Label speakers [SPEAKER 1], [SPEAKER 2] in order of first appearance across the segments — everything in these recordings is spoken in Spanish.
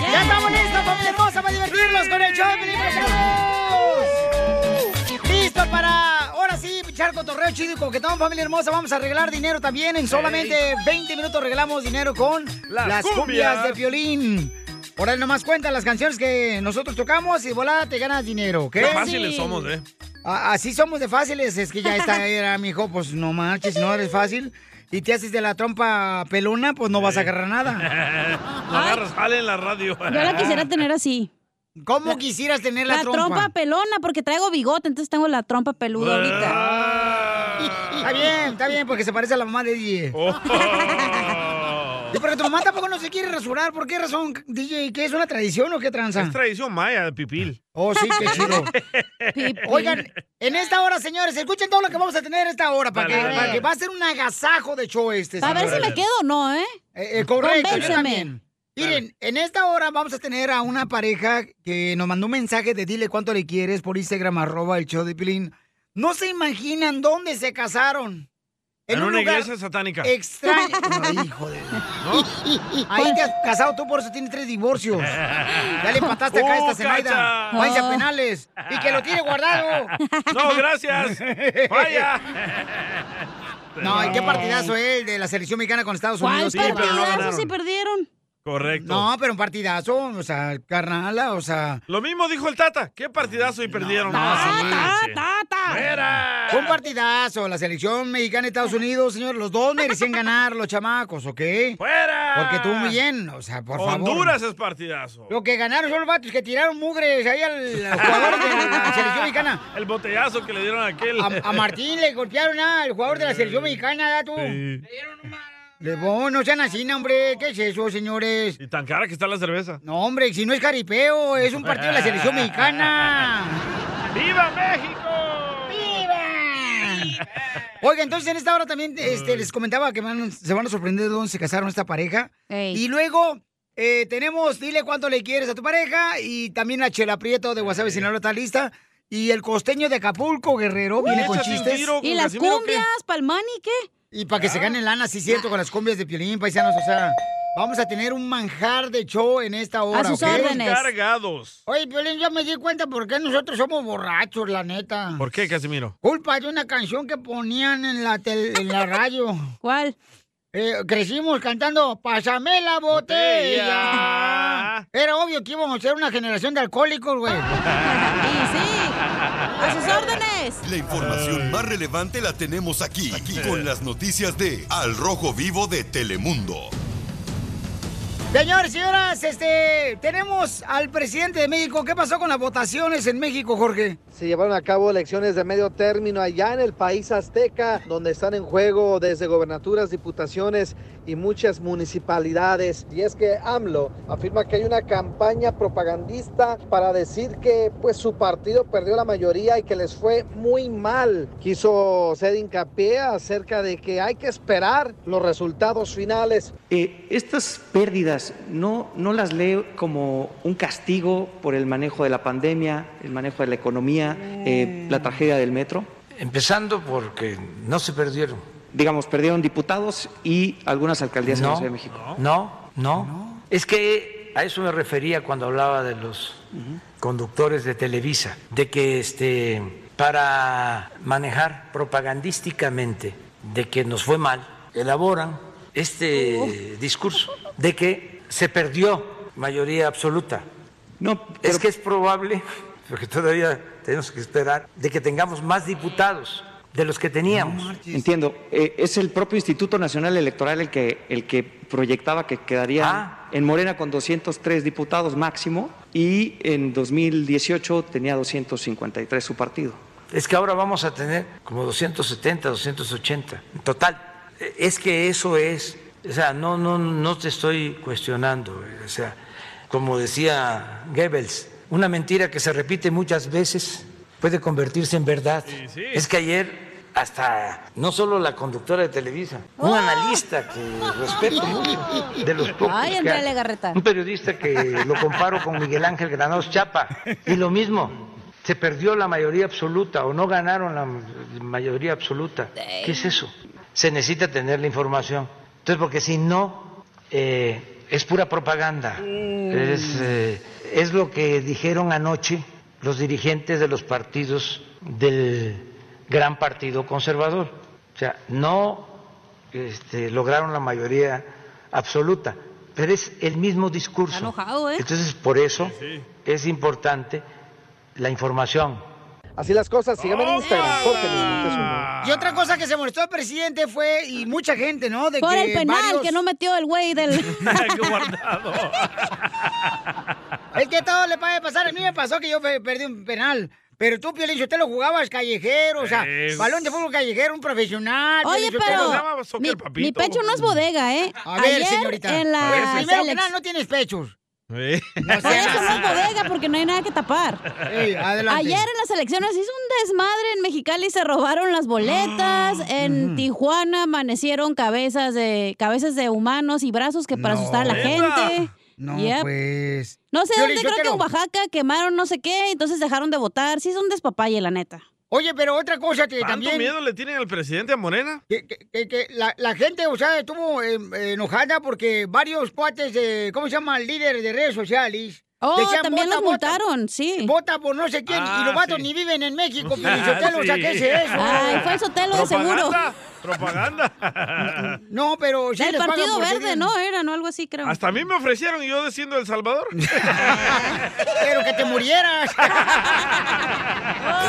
[SPEAKER 1] ¡Ya estamos listos, familia hermosa, para divertirnos con el show de Piolín, paisanos! ¡Listos para, ahora sí, echar cotorreo chido y coquetón, familia hermosa! Vamos a regalar dinero también. En solamente 20 minutos regalamos dinero con
[SPEAKER 2] Las
[SPEAKER 1] las,
[SPEAKER 2] cumbias.
[SPEAKER 1] cumbias. de violín. Por ahí nomás cuenta las canciones que nosotros tocamos y volá, te ganas dinero, ¿ok?
[SPEAKER 3] Qué fáciles somos, ¿eh?
[SPEAKER 1] A- Así somos de fáciles, es que ya esta era, mijo, pues no marches, no eres fácil. Y te haces de la trompa pelona, pues no vas a agarrar nada.
[SPEAKER 3] No agarras jale en la radio.
[SPEAKER 4] Yo la quisiera tener así.
[SPEAKER 1] ¿Cómo quisieras tener la
[SPEAKER 4] trompa?
[SPEAKER 1] trompa?
[SPEAKER 4] pelona, porque traigo bigote, entonces tengo la trompa peluda ahorita.
[SPEAKER 1] Ah. Está bien, está bien, porque se parece a la mamá de DJ. Sí, Pero tu mamá tampoco no se quiere rasurar. ¿Por qué razón, DJ? ¿Qué es una tradición o qué tranza?
[SPEAKER 3] Es tradición maya, de pipil.
[SPEAKER 1] Oh, sí, qué chido. Oigan, en esta hora, señores, escuchen todo lo que vamos a tener esta hora, para,
[SPEAKER 3] Dale,
[SPEAKER 1] que,
[SPEAKER 3] dale,
[SPEAKER 1] para
[SPEAKER 3] dale.
[SPEAKER 1] que va a ser un agasajo de show este.
[SPEAKER 4] A ver si me quedo o no, ¿eh?
[SPEAKER 1] Eh, eh, correcto, yo
[SPEAKER 4] Convénceme.
[SPEAKER 1] también. Miren, en esta hora vamos a tener a una pareja que nos mandó un mensaje de dile cuánto le quieres por Instagram, arroba el show de Pilín. No se imaginan dónde se casaron.
[SPEAKER 3] En,
[SPEAKER 1] un
[SPEAKER 3] una
[SPEAKER 1] lugar
[SPEAKER 3] iglesia satánica.
[SPEAKER 1] Extraño. Ay, hijo de... Ahí te has casado tú, por eso tienes tres divorcios. Ya le empataste acá a esta
[SPEAKER 3] ¡Uh,
[SPEAKER 1] Zenaida.
[SPEAKER 3] cacha! Oh.
[SPEAKER 1] Váyanse a penales. Y que lo tiene guardado.
[SPEAKER 3] No, gracias. Vaya.
[SPEAKER 1] No, ¿y qué partidazo eh? es el de la selección mexicana con Estados Unidos?
[SPEAKER 3] Sí, pero no
[SPEAKER 4] Partidazo
[SPEAKER 3] ganaron.
[SPEAKER 4] si perdieron.
[SPEAKER 3] Correcto.
[SPEAKER 1] No, pero un partidazo, o sea, carnala, o sea...
[SPEAKER 3] Lo mismo dijo el Tata. Qué partidazo y perdieron. Ah,
[SPEAKER 1] no,
[SPEAKER 3] No,
[SPEAKER 1] sí.
[SPEAKER 3] no
[SPEAKER 4] ¡Ta,
[SPEAKER 3] manches.
[SPEAKER 4] ta, ta!
[SPEAKER 3] ¡Fuera!
[SPEAKER 1] Fue un partidazo, la selección mexicana de Estados Unidos, señor. Los dos merecían ganar, los chamacos, ¿ok?
[SPEAKER 3] ¡Fuera!
[SPEAKER 1] Porque tú muy bien, o sea, por favor.
[SPEAKER 3] Honduras es partidazo.
[SPEAKER 1] Lo que ganaron son los vatos que tiraron mugres ahí al al jugador de la selección mexicana.
[SPEAKER 3] El botellazo que le dieron a aquel.
[SPEAKER 1] A, a Martín le golpearon al jugador de la selección mexicana, da tú.
[SPEAKER 3] Sí.
[SPEAKER 1] Le bon, no sean así, no, hombre. ¿Qué es eso, señores?
[SPEAKER 3] Y tan cara que está la cerveza.
[SPEAKER 1] No, hombre, si no es caripeo, es un partido de la selección mexicana.
[SPEAKER 3] ¡Viva México!
[SPEAKER 1] ¡Viva! Oiga, entonces en esta hora también este, les comentaba que van- se van a sorprender de dónde se casaron esta pareja.
[SPEAKER 4] Ey.
[SPEAKER 1] Y luego eh, tenemos, dile cuánto le quieres a tu pareja y también la Chela Prieto de Guasave Sinaloa está lista. Y el costeño de Acapulco, Guerrero, viene con
[SPEAKER 3] Échate un
[SPEAKER 1] chistes.
[SPEAKER 3] tiro con
[SPEAKER 4] ¿Y las
[SPEAKER 3] Casimiro, ¿qué? Ah.
[SPEAKER 4] cumbias, Palmani, qué?
[SPEAKER 1] Y para que se gane lana, sí, cierto, con las cumbias de Piolín, paisanos. O sea, vamos a tener un manjar de show en esta hora,
[SPEAKER 4] sus
[SPEAKER 1] ¿ok?
[SPEAKER 4] órdenes.
[SPEAKER 3] Cargados.
[SPEAKER 1] Oye, Piolín, ya me di cuenta por qué nosotros somos borrachos, la neta.
[SPEAKER 3] ¿Por qué, Casimiro?
[SPEAKER 1] Culpa de una canción que ponían en la, tel- en la radio.
[SPEAKER 4] ¿Cuál?
[SPEAKER 1] Eh, crecimos cantando Pásame la botella.
[SPEAKER 3] Botella.
[SPEAKER 1] Era obvio que íbamos a ser una generación de alcohólicos, güey.
[SPEAKER 4] Sí, sí. A sus órdenes.
[SPEAKER 5] La información más relevante la tenemos aquí, aquí, con las noticias de Al Rojo Vivo de Telemundo.
[SPEAKER 1] Señores, señoras, este, tenemos al presidente de México. ¿Qué pasó con las votaciones en México, Jorge?
[SPEAKER 6] Se llevaron a cabo elecciones de medio término allá en el país azteca, donde están en juego desde gobernaturas, diputaciones y muchas municipalidades. Y es que AMLO afirma que hay una campaña propagandista para decir que pues su partido perdió la mayoría y que les fue muy mal. Quiso hacer hincapié acerca de que hay que esperar los resultados finales.
[SPEAKER 7] Eh, estas pérdidas no, no las leo como un castigo por el manejo de la pandemia, el manejo de la economía, eh, la tragedia del metro.
[SPEAKER 8] Empezando porque no se perdieron.
[SPEAKER 7] Digamos, perdieron diputados y algunas alcaldías en la
[SPEAKER 8] No,
[SPEAKER 7] Ciudad de México.
[SPEAKER 8] no, no. Es que a eso me refería cuando hablaba de los conductores de Televisa, de que este para manejar propagandísticamente
[SPEAKER 9] de que nos fue mal, elaboran este
[SPEAKER 8] Oh.
[SPEAKER 9] discurso de que se perdió mayoría absoluta.
[SPEAKER 7] No,
[SPEAKER 9] es que es probable, porque todavía tenemos que esperar, de que tengamos más diputados de los que teníamos.
[SPEAKER 7] Entiendo. Eh, es el propio Instituto Nacional Electoral el que, el que proyectaba que quedaría en Morena con 203 diputados máximo y en 2018 tenía 253 su partido.
[SPEAKER 9] Es que ahora vamos a tener como 270, 280 en total. Eh, Es que eso es, o sea, no, no, no te estoy cuestionando, eh, o sea, como decía Goebbels, una mentira que se repite muchas veces puede convertirse en verdad. Es que ayer hasta no solo la conductora de Televisa,
[SPEAKER 4] ¡Oh!
[SPEAKER 9] un analista que respeto mucho, de los pocos
[SPEAKER 4] Ay,
[SPEAKER 9] que
[SPEAKER 4] Andrea
[SPEAKER 9] hay,
[SPEAKER 4] Legarreta.
[SPEAKER 9] un periodista que lo comparo con Miguel Ángel Granados Chapa, y lo mismo, se perdió la mayoría absoluta o no ganaron la mayoría absoluta. ¿Qué es eso? Se necesita tener la información. Entonces, porque si no, eh, es pura propaganda. Es, eh, es lo que dijeron anoche los dirigentes de los partidos del gran partido conservador. O sea, no este, lograron la mayoría absoluta, pero es el mismo discurso.
[SPEAKER 4] Está enojado, ¿eh?
[SPEAKER 9] Entonces, por eso es importante la información.
[SPEAKER 10] Así las cosas, síganme en Instagram, Jorge Miramontes uno.
[SPEAKER 1] Y otra cosa que se molestó el presidente fue, y mucha gente, ¿no? De
[SPEAKER 4] Por
[SPEAKER 1] que
[SPEAKER 4] el penal
[SPEAKER 1] varios-
[SPEAKER 4] que no metió el güey del.
[SPEAKER 1] Es que todo le puede pasar. A mí me pasó que yo pe- perdí un penal. Pero tú, Piolín, usted lo jugabas callejero, o sea,
[SPEAKER 11] Es-
[SPEAKER 1] balón de fútbol callejero, un profesional.
[SPEAKER 4] Oye,
[SPEAKER 1] Piolín Sotelo.
[SPEAKER 4] pero mi, mi pecho no es bodega, ¿eh?
[SPEAKER 1] A ver,
[SPEAKER 4] Ayer
[SPEAKER 1] señorita.
[SPEAKER 4] En la
[SPEAKER 1] A ver, pues. primero que
[SPEAKER 4] selec-
[SPEAKER 1] nada, no tienes pechos.
[SPEAKER 4] Por eso no es bodega, porque no hay nada que tapar.
[SPEAKER 1] Ey, adelante.
[SPEAKER 4] Ayer en las elecciones hizo un desmadre en Mexicali, se robaron las
[SPEAKER 1] Ah,
[SPEAKER 4] boletas. en Tijuana amanecieron cabezas de cabezas de humanos y brazos que para asustar a la
[SPEAKER 11] ¿Neta?
[SPEAKER 4] gente.
[SPEAKER 1] No,
[SPEAKER 4] Yep.
[SPEAKER 1] pues.
[SPEAKER 4] No sé
[SPEAKER 1] Piolín
[SPEAKER 4] dónde, creo que
[SPEAKER 1] Sotelo.
[SPEAKER 4] en Oaxaca quemaron no sé qué, entonces dejaron de votar. Sí, es un despapalle, la neta.
[SPEAKER 1] Oye, pero otra cosa Pues que
[SPEAKER 11] ¿Tanto
[SPEAKER 1] también.
[SPEAKER 11] miedo le tienen al presidente a Morena?
[SPEAKER 1] Que, que- que- que la, la gente, o sea, estuvo eh, enojada porque varios cuates de, ¿cómo se llama? El líder de redes sociales.
[SPEAKER 4] Oh,
[SPEAKER 1] decían,
[SPEAKER 4] también los
[SPEAKER 1] vota".
[SPEAKER 4] multaron, sí.
[SPEAKER 1] Vota por no sé quién. y los
[SPEAKER 11] Ah,
[SPEAKER 1] vatos
[SPEAKER 11] sí.
[SPEAKER 1] ni viven en México,
[SPEAKER 11] Ah,
[SPEAKER 1] Piolín Sotelo, o sea,
[SPEAKER 11] sí.
[SPEAKER 1] ¿qué es eso?
[SPEAKER 4] Ay, fue el Sotelo de seguro.
[SPEAKER 11] ¿Propaganda? ¿Propaganda?
[SPEAKER 1] No, pero Pues sí
[SPEAKER 4] El
[SPEAKER 1] les pagan
[SPEAKER 4] Partido
[SPEAKER 1] por ser
[SPEAKER 4] Verde,
[SPEAKER 1] bien.
[SPEAKER 4] ¿no? Era, ¿no? Algo así, creo.
[SPEAKER 11] Hasta a mí me ofrecieron y yo desciendo El Salvador.
[SPEAKER 1] Pero que te murieras.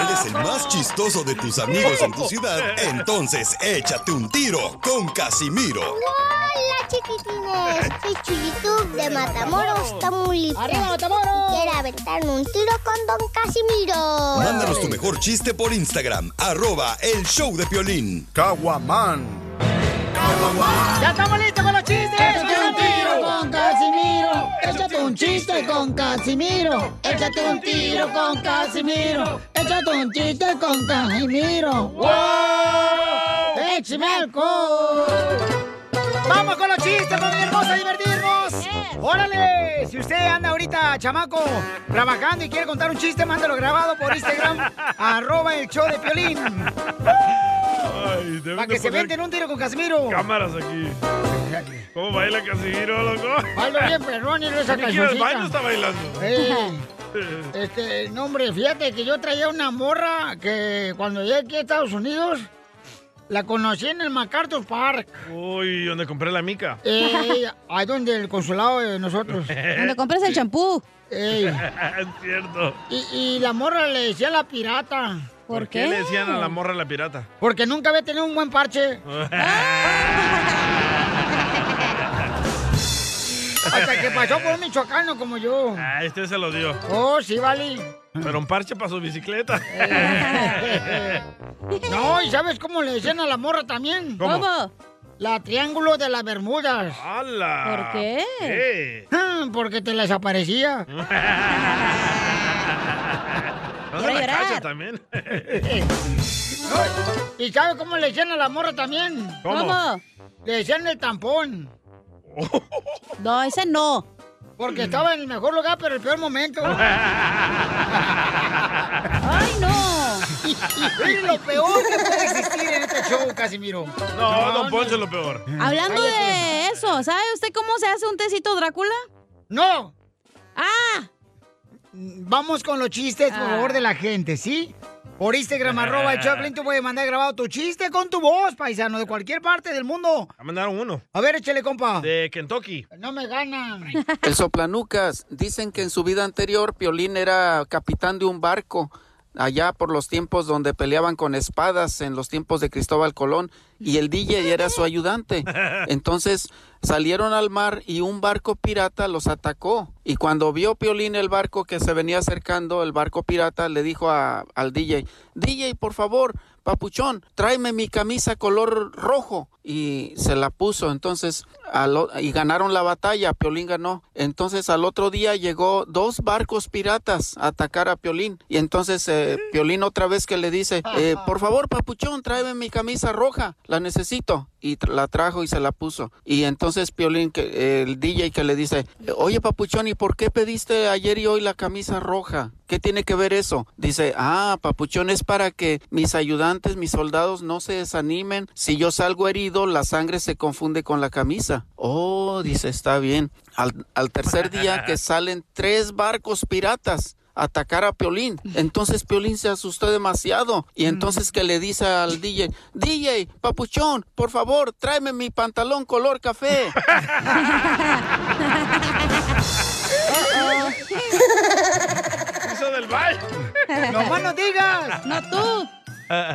[SPEAKER 5] Eres el más chistoso de tus amigos en tu ciudad. Entonces, échate un tiro con Casimiro.
[SPEAKER 3] ¡Hola, chiquitines! Soy Chuyitub de Matamoros, Tamaulipas.
[SPEAKER 1] ¡Arriba, Matamoros!
[SPEAKER 3] Y Quiero aventarme un tiro con Don Casimiro.
[SPEAKER 5] Mándanos tu mejor chiste por Instagram, arroba el show de Piolín.
[SPEAKER 12] Caguaman.
[SPEAKER 1] ¡Ya estamos listos con los chistes!
[SPEAKER 3] Échate un tiro
[SPEAKER 1] con Casimiro! ¡Échate un chiste con Casimiro! ¡Échate un tiro con Casimiro! ¡Échate un chiste con Casimiro! ¡Wow! ¡Échame ¡Vamos con los chistes, familia vamos a divertirnos!
[SPEAKER 3] ¡Eh!
[SPEAKER 1] ¡Órale! Si usted anda ahorita, chamaco, trabajando y quiere contar un chiste, mándalo grabado por Instagram, arroba el show de Piolín,
[SPEAKER 11] Ay, deben
[SPEAKER 1] para
[SPEAKER 11] de
[SPEAKER 1] que se
[SPEAKER 11] poner
[SPEAKER 1] venden un tiro con Casimiro.
[SPEAKER 11] cámaras aquí. ¿Cómo baila Casimiro, loco?
[SPEAKER 1] Bailo bien, perrón, y no esa
[SPEAKER 11] Ni que el baño
[SPEAKER 1] calzoncita.
[SPEAKER 11] está bailando.
[SPEAKER 1] Ey, este, no, hombre, fíjate que yo traía una morra que cuando llegué aquí a Estados Unidos, la conocí en el MacArthur Park,
[SPEAKER 11] Uy, donde compré la mica.
[SPEAKER 1] Ey, ahí donde el consulado de nosotros.
[SPEAKER 4] Donde compras el champú.
[SPEAKER 1] Ey,
[SPEAKER 11] es cierto.
[SPEAKER 1] y, y la morra le decía la pirata,
[SPEAKER 4] ¿Por,
[SPEAKER 11] ¿Por qué? le decían a la morra la pirata?
[SPEAKER 1] porque nunca había tenido un buen parche. Ah, Hasta que pasó por un michoacano como yo.
[SPEAKER 11] Ah, este se lo dio.
[SPEAKER 1] Oh, sí, vale.
[SPEAKER 11] Pero un parche para su bicicleta.
[SPEAKER 1] Eh. No, ¿y sabes cómo le decían a la morra también?
[SPEAKER 11] ¿Cómo?
[SPEAKER 4] ¿Cómo?
[SPEAKER 1] La Triángulo de las Bermudas.
[SPEAKER 11] ¡Hala!
[SPEAKER 4] ¿Por qué?
[SPEAKER 11] ¿Qué?
[SPEAKER 1] Ah, Porque te les aparecía.
[SPEAKER 11] No se
[SPEAKER 4] Quiero
[SPEAKER 11] la
[SPEAKER 4] llorar.
[SPEAKER 11] cacha también.
[SPEAKER 1] ¿Y sabes cómo le decían a la morra también?
[SPEAKER 11] ¿Cómo?
[SPEAKER 4] ¿Cómo?
[SPEAKER 1] Le decían el tampón.
[SPEAKER 4] No, ese no.
[SPEAKER 1] Porque estaba en el mejor lugar, pero el peor momento.
[SPEAKER 4] ¡Ay, no!
[SPEAKER 1] Es lo peor que puede existir en este show, Casimiro.
[SPEAKER 11] No, Don Poncho es lo peor.
[SPEAKER 4] Hablando de
[SPEAKER 1] Cállate.
[SPEAKER 4] eso, ¿sabe usted cómo se hace un tecito Drácula?
[SPEAKER 1] No.
[SPEAKER 4] ¡Ah!
[SPEAKER 1] Vamos con los chistes, por
[SPEAKER 4] Ah.
[SPEAKER 1] favor, de la gente, ¿sí? Por Instagram, arroba el Choplin, tú puedes mandar grabado tu chiste con tu voz, paisano, de cualquier parte del mundo.
[SPEAKER 3] A mandaron uno.
[SPEAKER 1] A ver, échale, compa.
[SPEAKER 3] De Kentucky.
[SPEAKER 1] No me gana.
[SPEAKER 13] El soplanucas. Dicen que en su vida anterior Piolín era capitán de un barco allá por los tiempos donde peleaban con espadas en los tiempos de Cristóbal Colón y el DJ era su ayudante. Entonces salieron al mar y un barco pirata los atacó y cuando vio Piolín el barco que se venía acercando, el barco pirata le dijo a- al DJ, DJ por favor, papuchón, tráeme mi camisa color rojo y se la puso entonces al o- y ganaron la batalla, Piolín ganó. Entonces al otro día llegó dos barcos piratas a atacar a Piolín y entonces eh, Piolín otra vez que le dice, eh, por favor papuchón, tráeme mi camisa roja, la necesito y tr- la trajo y se la puso. Y entonces Piolín, que, el DJ que le dice, oye Papuchón, ¿y por qué pediste ayer y hoy la camisa roja? ¿Qué tiene que ver eso? Dice, ah, Papuchón, es para que mis ayudantes, mis soldados no se desanimen. Si yo salgo herido, la sangre se confunde con la camisa. Oh, dice, está bien. Al, al tercer día que salen tres barcos piratas a atacar a Piolín. Entonces Piolín se asustó demasiado y entonces que le dice al DJ, DJ, papuchón, por favor, tráeme mi pantalón color café.
[SPEAKER 3] Eso del baile.
[SPEAKER 1] Pues No más no digas.
[SPEAKER 4] No tú.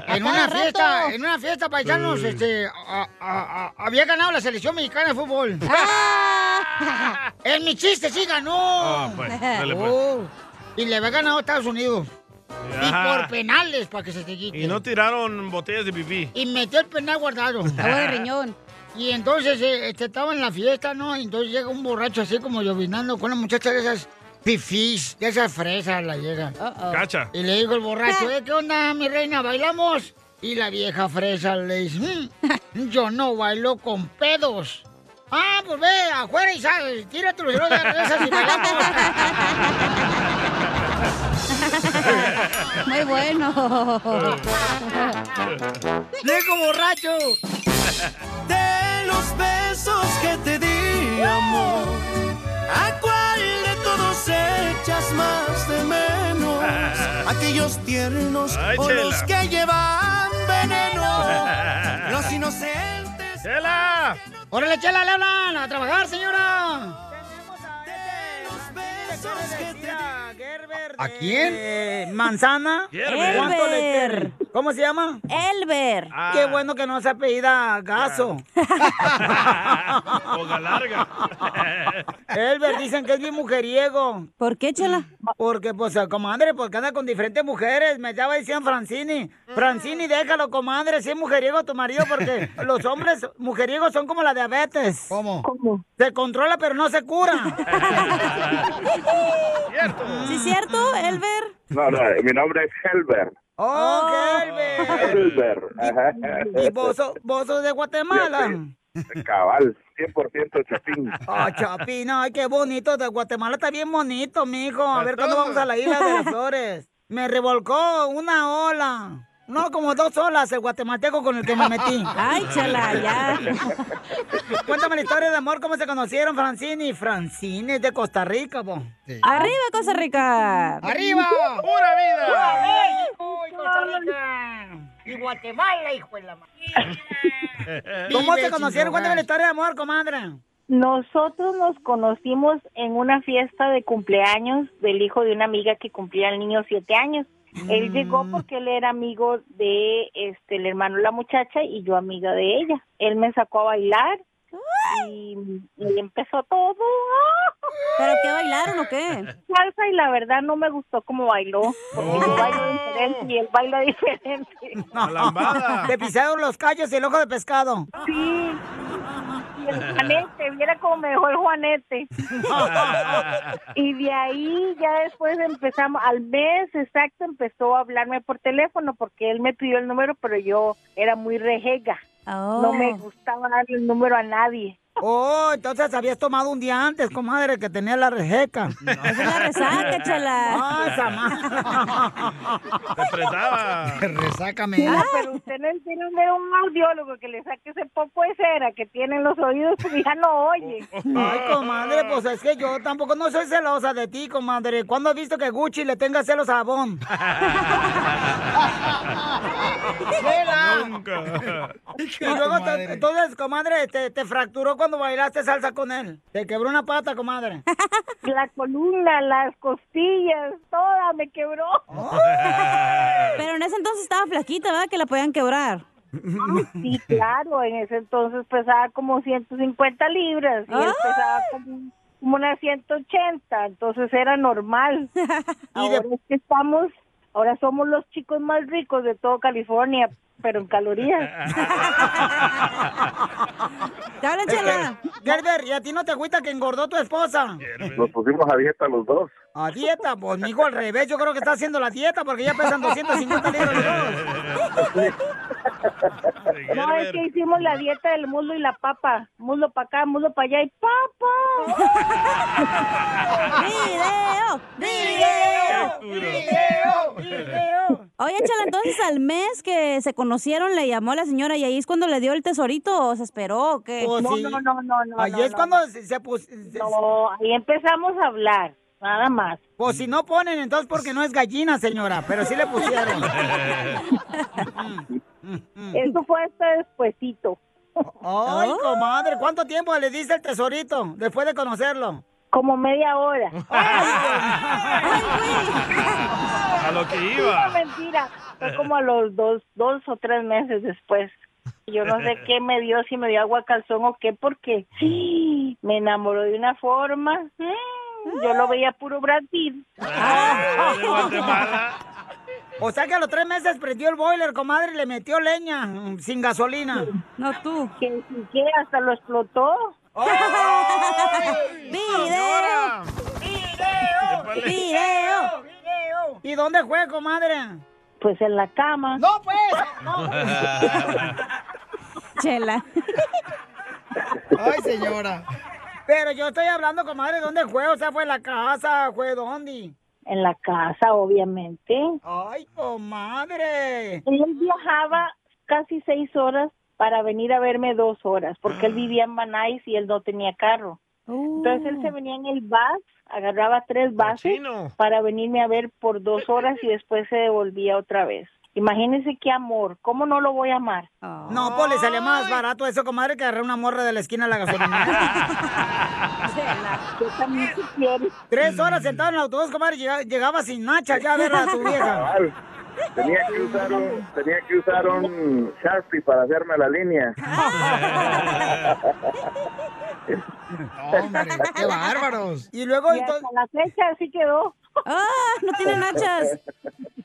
[SPEAKER 1] En una fiesta, eh, en una fiesta, paisanos,
[SPEAKER 3] Mm.
[SPEAKER 1] este, a- a- a- había ganado la selección mexicana de fútbol.
[SPEAKER 4] Ah.
[SPEAKER 1] en mi chiste sí ganó.
[SPEAKER 3] Ah, pues, dale, pues.
[SPEAKER 1] Oh, y le había ganado a Estados Unidos. Y
[SPEAKER 3] Ajá.
[SPEAKER 1] por penales, para que se te quite.
[SPEAKER 3] Y no tiraron botellas de pipí.
[SPEAKER 1] Y metió el penal guardado.
[SPEAKER 3] Agua de
[SPEAKER 4] riñón.
[SPEAKER 1] Y entonces eh, este, estaba en la fiesta, ¿no? Y entonces llega un borracho así como llovinando con una muchacha de esas pifís, de esas fresas la llega.
[SPEAKER 3] Cacha.
[SPEAKER 1] Y le digo el borracho, "Eh, ¿qué onda, mi reina? ¿Bailamos? Y la vieja fresa le dice, "Mm, yo no bailo con pedos. Ah, pues ve, afuera y sal, tírate los de regresas y bailamos.
[SPEAKER 4] Muy bueno.
[SPEAKER 1] ¡Viejo borracho!
[SPEAKER 9] De los besos que te di, amor, ¿a cuál de todos echas más de menos? Aquellos tiernos
[SPEAKER 3] Ay,
[SPEAKER 9] o los
[SPEAKER 3] Chela.
[SPEAKER 9] que llevan veneno, los inocentes.
[SPEAKER 3] ¡Chela!
[SPEAKER 1] ¿eh? ¡Órale, chela, le hablan! ¡A trabajar, señora! ¿A quién? Eh, ¿Manzana?
[SPEAKER 9] Gerber.
[SPEAKER 1] ¿Cuánto le
[SPEAKER 9] Elber.
[SPEAKER 1] quiere? ¿Cómo se llama? Elber. Qué bueno que no se apellida Gaso. Ah.
[SPEAKER 3] Boga larga.
[SPEAKER 1] Elber, dicen que es bien mujeriego. ¿Por qué, chela? Porque, pues, comadre, porque anda con diferentes mujeres. Me estaba diciendo Francini. Francini, déjalo, comadre, si es mujeriego tu marido, porque los hombres mujeriegos son como la diabetes. ¿Cómo? ¿Cómo? Se controla, pero no se cura.
[SPEAKER 3] ¿Cierto?
[SPEAKER 4] ¿Sí es cierto, Elber?
[SPEAKER 14] No, no, mi nombre es Helber.
[SPEAKER 1] ¡Oh, qué Elber!
[SPEAKER 14] Helber.
[SPEAKER 1] Oh.
[SPEAKER 14] ajá.
[SPEAKER 1] ¿Y vos, sos- vos sos de Guatemala?
[SPEAKER 14] Cabal, 100% chapín.
[SPEAKER 1] Ah, Chapín, ay, qué bonito. De Guatemala está bien bonito, mijo. A ver cuándo vamos a la isla de las flores. Me revolcó una ola. No, como dos olas el guatemalteco con el que me metí.
[SPEAKER 4] Ay, chala, ya.
[SPEAKER 1] Cuéntame la historia de amor, cómo se conocieron Francini. Francini es de Costa Rica, po.
[SPEAKER 4] ¡Arriba, Costa Rica!
[SPEAKER 1] ¡Arriba!
[SPEAKER 3] ¡Pura vida!
[SPEAKER 1] ¡Uy, Costa Rica! Y Guatemala, hijo de la madre. ¿Cómo
[SPEAKER 15] Vive
[SPEAKER 1] se
[SPEAKER 15] sin
[SPEAKER 1] conocieron? Cuéntame
[SPEAKER 15] hogar.
[SPEAKER 1] la historia de amor, comadre.
[SPEAKER 15] Nosotros nos conocimos en una fiesta de cumpleaños del hijo de una amiga que cumplía el niño siete años. Él llegó porque él era amigo de este el hermano de la muchacha y yo amiga de ella. Él me sacó a bailar y, y empezó todo. ¿Pero qué bailaron o qué? Salsa y la verdad no me gustó cómo bailó. Porque yo bailo diferente y él baila diferente.
[SPEAKER 1] Te pisaron los callos y el ojo de pescado.
[SPEAKER 15] Sí. Y el Juanete, viera cómo me dejó el Juanete. Y de ahí ya después empezamos, al mes exacto empezó a hablarme por teléfono porque él me pidió
[SPEAKER 4] Oh.
[SPEAKER 15] el número, pero yo era muy rejega. No me gustaba darle el número a nadie.
[SPEAKER 1] Oh, entonces habías tomado un día antes, comadre, que tenía la rejeca.
[SPEAKER 4] Es una resaca, chela.
[SPEAKER 1] Ah, esa
[SPEAKER 3] Te apretaba.
[SPEAKER 1] Resácame.
[SPEAKER 15] Ah, pero usted no entiende de un audiólogo que le saque ese poco de cera que tiene en los oídos porque ya no oye.
[SPEAKER 1] Ay, comadre, pues es que yo tampoco no soy celosa de ti, comadre. ¿Cuándo has visto que Gucci le tenga celos a Bon?
[SPEAKER 9] Nunca.
[SPEAKER 1] Y luego, te- entonces, comadre, te, te fracturó cuando bailaste salsa con él. Te quebró una pata, comadre.
[SPEAKER 15] La columna, las costillas, toda me quebró.
[SPEAKER 4] Pero en ese entonces estaba flaquita, ¿verdad? Que la podían quebrar.
[SPEAKER 15] Sí, claro, en ese entonces pesaba como 150 libras y
[SPEAKER 4] Ah.
[SPEAKER 15] él pesaba como, como unas 180, entonces era normal. Ahora es que estamos, ahora somos los chicos más ricos de todo California, pero en calorías.
[SPEAKER 4] ¿Te hablan,
[SPEAKER 1] Chela? Este, Gerber, ¿y a ti no te agüita que engordó tu esposa?
[SPEAKER 14] Nos pusimos a dieta los dos.
[SPEAKER 1] A dieta, pues, mijo, al revés. Yo creo que está haciendo la dieta porque ya pesan 250 libras los dos.
[SPEAKER 15] No, es que hicimos la dieta del muslo y la papa. Muslo para acá, muslo para allá y papa.
[SPEAKER 4] ¡Video! ¡Video! ¡Video! ¡Video! Oye, Chela, entonces al mes que se conocieron le llamó la señora y ahí es cuando le dio el tesorito o se esperó o qué?
[SPEAKER 15] Pues No, sí. no, no, no, no,
[SPEAKER 1] Oh, Ahí no, es no. cuando se puso...
[SPEAKER 15] No, ahí empezamos a hablar, nada más.
[SPEAKER 1] Pues si no ponen, entonces porque no es gallina, señora, pero sí le pusieron.
[SPEAKER 15] Eso fue pues. Oh. hasta despuesito.
[SPEAKER 1] Ay, comadre, ¿cuánto tiempo le diste el tesorito después de conocerlo?
[SPEAKER 15] Como media hora.
[SPEAKER 3] A lo que
[SPEAKER 15] Pura
[SPEAKER 3] iba.
[SPEAKER 15] mentira. Fue como a los dos, dos o tres meses después. Yo no sé qué me dio, si me dio agua calzón o qué, porque sí, me enamoró de una forma. mm, Yo lo veía puro Brad Pitt.
[SPEAKER 1] O sea que a los tres meses prendió el boiler, comadre, y le metió leña mm, sin gasolina.
[SPEAKER 4] No tú.
[SPEAKER 15] Que que hasta lo explotó.
[SPEAKER 1] ¡Video! ¡Video! ¡Video! ¡Video! ¿Y dónde fue, comadre?
[SPEAKER 15] Pues en la cama.
[SPEAKER 1] ¡No, pues! ¡No!
[SPEAKER 4] Chela.
[SPEAKER 1] ¡Ay, señora! Pero yo estoy hablando, comadre, ¿dónde fue? O sea, ¿fue en la casa? ¿Fue dónde?
[SPEAKER 15] En la casa, obviamente.
[SPEAKER 1] ¡Ay, comadre!
[SPEAKER 15] Él viajaba casi seis horas para venir a verme dos horas, porque él vivía en Banais y él no tenía carro. Entonces
[SPEAKER 4] Uh.
[SPEAKER 15] él se venía en el bus, agarraba tres buses para venirme a ver por dos horas y después se devolvía otra vez. Imagínense qué amor, ¿cómo no lo voy a amar?
[SPEAKER 4] Ah.
[SPEAKER 1] No, pues le salía más barato eso, comadre, que agarrar una morra de la esquina de la gasolina. Tres horas sentado en el autobús, comadre, llega- llegaba sin nacha ya a ver a tu vieja.
[SPEAKER 14] Cabal. Tenía que usar un, tenía que usar un Sharpie para hacerme la línea.
[SPEAKER 1] Hombre, qué bárbaros. Y luego
[SPEAKER 15] Y hasta
[SPEAKER 1] entonces...
[SPEAKER 15] la fecha así quedó.
[SPEAKER 4] ¡Ah! No tiene nachas.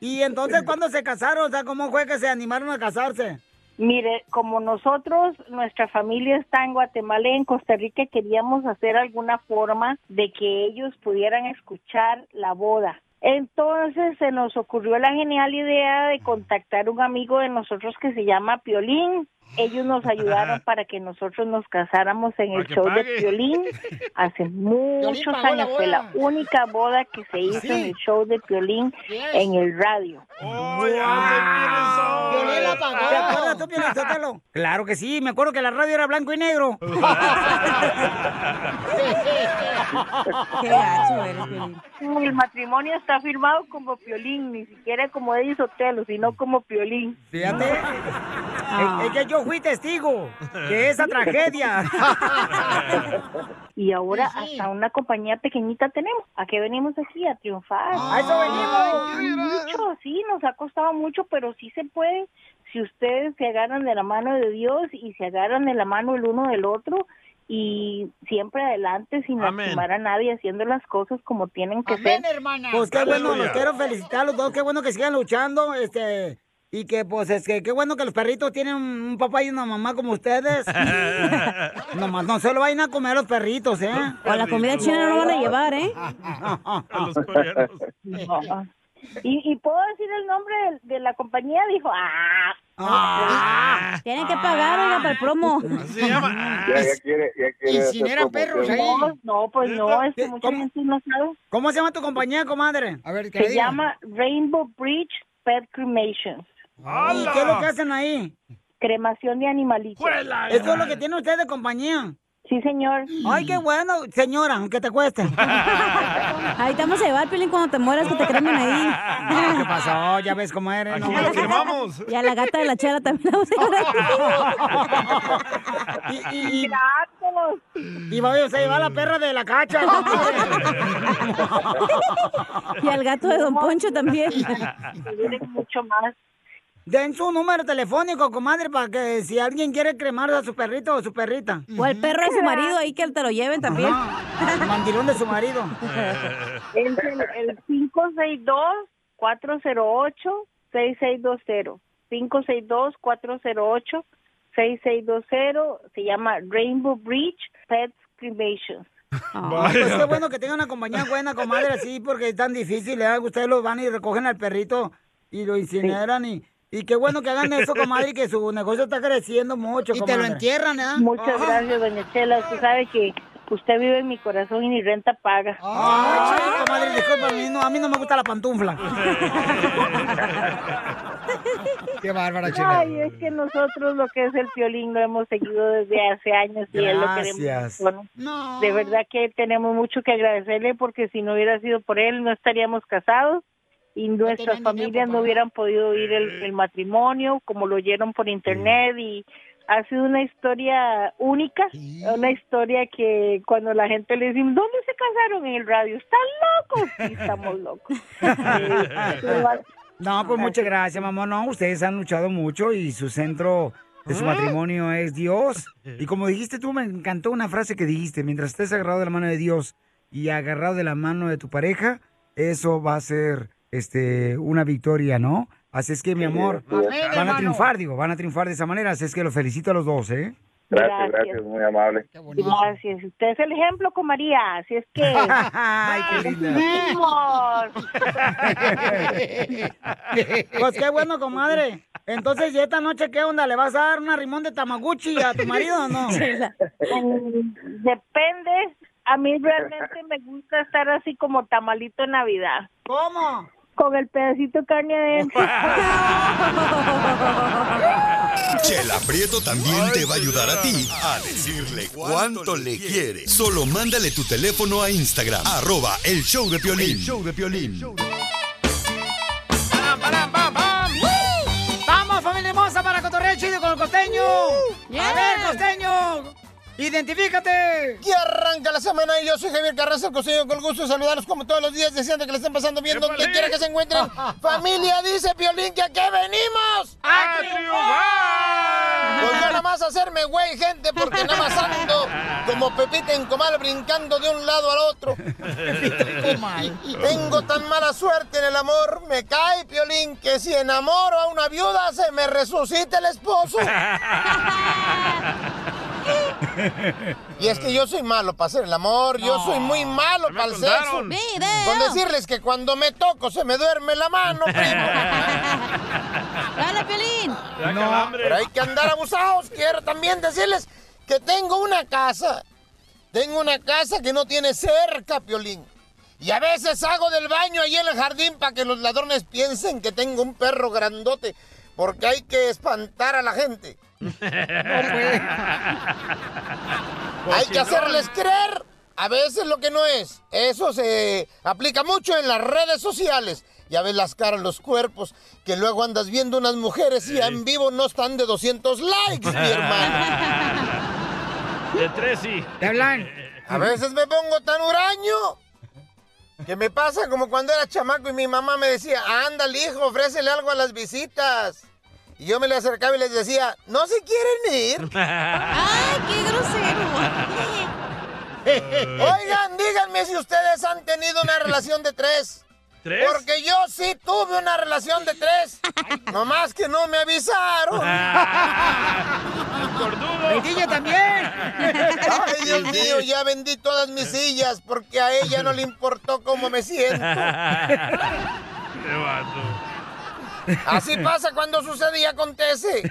[SPEAKER 1] Y entonces, ¿cuándo se casaron? O sea, ¿cómo fue que se animaron a casarse?
[SPEAKER 15] Mire, como nosotros, nuestra familia está en Guatemala y en Costa Rica, queríamos hacer alguna forma de que ellos pudieran escuchar la boda. Entonces se nos ocurrió la genial idea de contactar un amigo de nosotros que se llama Piolín. Ellos nos ayudaron para que nosotros nos casáramos en el
[SPEAKER 9] que
[SPEAKER 15] show
[SPEAKER 9] pague.
[SPEAKER 15] de Piolín hace muchos
[SPEAKER 9] pagó la
[SPEAKER 15] años. Fue la única boda que se hizo en el show de Piolín en el radio.
[SPEAKER 1] Violín la pagó. ¿Te acuerdas tú, Piolín Sotelo? Claro que sí, me acuerdo que la radio era blanco y negro.
[SPEAKER 15] Qué gacho El matrimonio está firmado como Piolín, ni siquiera como Eddie Sotelo, sino como Piolín.
[SPEAKER 1] Fíjate.
[SPEAKER 15] Ah.
[SPEAKER 1] Es, es que yo fui testigo de esa tragedia.
[SPEAKER 15] Y ahora hasta una compañía pequeñita tenemos. ¿A qué venimos aquí? A triunfar.
[SPEAKER 1] ¡A eso venimos!
[SPEAKER 15] Mucho, sí, nos ha costado mucho, pero sí se puede. Si ustedes se agarran de la mano de Dios y se agarran de la mano el uno del otro y siempre adelante sin
[SPEAKER 1] Amén.
[SPEAKER 15] lastimar a nadie, haciendo las cosas como tienen que
[SPEAKER 1] Amén,
[SPEAKER 15] ser.
[SPEAKER 1] Pues qué bueno, los quiero felicitar a los dos, qué bueno que sigan luchando, este, y que pues es que qué bueno que los perritos tienen un un papá y una mamá como ustedes. Nomás no se lo vayan a comer a los perritos, ¿eh?
[SPEAKER 4] O la comida china no lo van a llevar, ¿eh?
[SPEAKER 15] No. ¿Y, y puedo decir el nombre del- de, la compañía? Dijo, ah,
[SPEAKER 4] Tienen que pagar, oiga, para el promo.
[SPEAKER 14] Ya, ya quiere, ya quiere. hacer
[SPEAKER 1] Incineran perros ahí.
[SPEAKER 14] promoción.
[SPEAKER 15] No, pues no, es que mucha gente no sabe.
[SPEAKER 1] ¿Cómo se llama tu compañía, comadre? A ver,
[SPEAKER 15] Se llama Rainbow Bridge Pet Cremation.
[SPEAKER 1] ¿Y qué es lo que hacen ahí?
[SPEAKER 15] Cremación de animalitos.
[SPEAKER 1] Eso es lo que tiene usted de compañía.
[SPEAKER 15] Sí, señor.
[SPEAKER 1] Ay, qué bueno, señora, aunque te cueste.
[SPEAKER 4] Ahí te vamos a llevar, Pilín, cuando te mueras, que te cremen ahí.
[SPEAKER 1] No, ¿Qué pasó? Ya ves cómo eres.
[SPEAKER 4] Aquí lo
[SPEAKER 3] quemamos.
[SPEAKER 4] Y a la gata de la chela también la vamos a llevar.
[SPEAKER 1] Y, y vamos a llevar a la perra de la cacha.
[SPEAKER 4] Y al gato de Don Poncho también.
[SPEAKER 15] mucho más.
[SPEAKER 1] Den su número telefónico, comadre, para que si alguien quiere cremar a su perrito o su perrita.
[SPEAKER 4] O al perro de su marido ahí que te lo lleven también.
[SPEAKER 1] El mandilón de su marido.
[SPEAKER 15] Es el, el 562-408-6620. 562-408-6620. Se llama Rainbow Bridge Pet Cremations.
[SPEAKER 1] Ah, pues qué bueno que tenga una compañía buena, comadre, así, porque es tan difícil, ¿eh? Ustedes lo van y recogen al perrito y lo incineran y... Y qué bueno que hagan eso, comadre, que su negocio está creciendo mucho,
[SPEAKER 15] Y te lo Ah.
[SPEAKER 1] comadre. entierran, ¿eh?
[SPEAKER 15] Muchas gracias, doña Chela. Usted sabe que usted vive en mi corazón y ni renta paga. Ah.
[SPEAKER 1] Ay, chela, comadre, disculpa, a mí no, a mí no me gusta la pantufla. Qué bárbara, chela.
[SPEAKER 15] Ay, es que nosotros lo que es el violín lo hemos seguido desde hace años y él lo queremos.
[SPEAKER 1] Gracias.
[SPEAKER 15] bueno, De verdad que tenemos mucho que agradecerle porque si no hubiera sido por él no estaríamos casados y nuestras familias no hubieran podido oír el, el matrimonio como lo oyeron por internet y ha sido una historia única, una historia que cuando la gente le dice, ¿dónde se casaron en el radio? ¿Están locos? Sí, estamos locos.
[SPEAKER 1] No, pues muchas gracias, mamá. No, ustedes han luchado mucho y su centro de su
[SPEAKER 9] ¿Ah?
[SPEAKER 1] matrimonio es Dios. Y como dijiste tú, me encantó una frase que dijiste, mientras estés agarrado de la mano de Dios y agarrado de la mano de tu pareja, eso va a ser este una victoria, ¿no? Así es que, mi amor,
[SPEAKER 14] así es. Amén,
[SPEAKER 1] van a
[SPEAKER 14] hermano.
[SPEAKER 1] triunfar, digo, van a triunfar de esa manera. Así es que los felicito a los dos, ¿eh?
[SPEAKER 14] Gracias, gracias, muy amable.
[SPEAKER 15] Gracias. Usted es el ejemplo con María, así es que...
[SPEAKER 1] Ay, qué Pues qué bueno, comadre. Entonces, ¿y esta noche qué onda? ¿Le vas a dar una rimón de Tamaguchi a tu marido o no?
[SPEAKER 15] Mm, Depende. A mí realmente me gusta estar así como tamalito en Navidad.
[SPEAKER 1] ¿Cómo?
[SPEAKER 15] Con el pedacito de carne adentro.
[SPEAKER 5] Chela Prieto también te va a ayudar a ti a decirle cuánto le quiere. Solo mándale tu teléfono a Instagram, arroba el show de Piolín. show de Piolín.
[SPEAKER 1] ¡Vamos, familia hermosa, para Cotorreo Chido con el costeño! ¡A ver, costeño! ¡Identifícate!
[SPEAKER 16] Y arranca la semana y yo soy Javier Carranza, el costeño, con el gusto de saludarlos como todos los días, deseando que le estén pasando bien donde
[SPEAKER 9] ¡Épale!
[SPEAKER 16] quiera que se encuentren. Familia, dice Piolín, que aquí venimos. ¡A triunfar! Pues yo nada más hacerme güey, gente, porque nada más ando como Pepita en comal brincando de un lado al otro. Oh, Y tengo tan mala suerte en el amor, me cae Piolín, que si enamoro a una viuda se me resucita el esposo. Y es que yo soy malo para hacer el amor, yo soy muy malo para el sexo.
[SPEAKER 9] contaron.
[SPEAKER 16] Con decirles que cuando me toco se me duerme la mano, primo.
[SPEAKER 9] ¡Dale, Pelín!
[SPEAKER 16] No, pero hay que andar abusados. Quiero también decirles que tengo una casa. Tengo una casa que no tiene cerca, Piolín. Y a veces hago del baño ahí en el jardín para que los ladrones piensen que tengo un perro grandote. Porque hay que espantar a la gente.
[SPEAKER 3] Pues
[SPEAKER 16] Hay que hacerles creer a veces lo que no es. Eso se aplica mucho en las redes sociales. Ya ves las caras, los cuerpos, que luego andas viendo unas mujeres y en vivo no están de 200 likes, mi hermano.
[SPEAKER 3] De tres sí.
[SPEAKER 16] A veces me pongo tan huraño que me pasa como cuando era chamaco y mi mamá me decía, ándale hijo, ofrécele algo a las visitas. Y yo me le acercaba y les decía, no se quieren ir. ¡Ay, qué grosero! Oigan, díganme si ustedes han tenido una relación de tres.
[SPEAKER 9] ¿Tres?
[SPEAKER 16] Porque yo sí tuve una relación de tres. Nomás que no me avisaron.
[SPEAKER 1] ¡El DJ también!
[SPEAKER 16] Ay, Dios mío, ya vendí todas mis sillas porque a ella no le importó cómo me siento.
[SPEAKER 3] Qué vato.
[SPEAKER 16] Así pasa cuando sucede y acontece.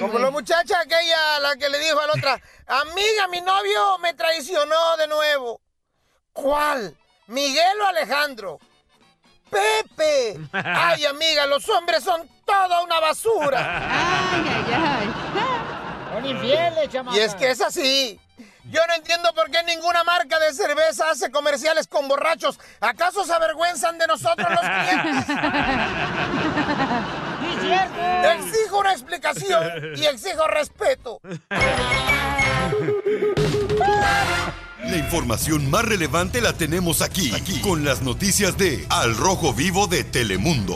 [SPEAKER 16] Como la muchacha aquella, la que le dijo a la otra, amiga, mi novio me traicionó de nuevo. ¿Cuál? ¿Miguel o Alejandro? Pepe. Ay, amiga, los hombres son toda una basura. Ay, ay, ay. Son
[SPEAKER 1] infieles,
[SPEAKER 16] Y es que es así. Yo no entiendo por qué ninguna marca de cerveza hace comerciales con borrachos. ¿Acaso se avergüenzan de nosotros los clientes? Exijo una explicación y exijo respeto.
[SPEAKER 5] La información más relevante la tenemos aquí, aquí, con las noticias de Al Rojo Vivo de Telemundo.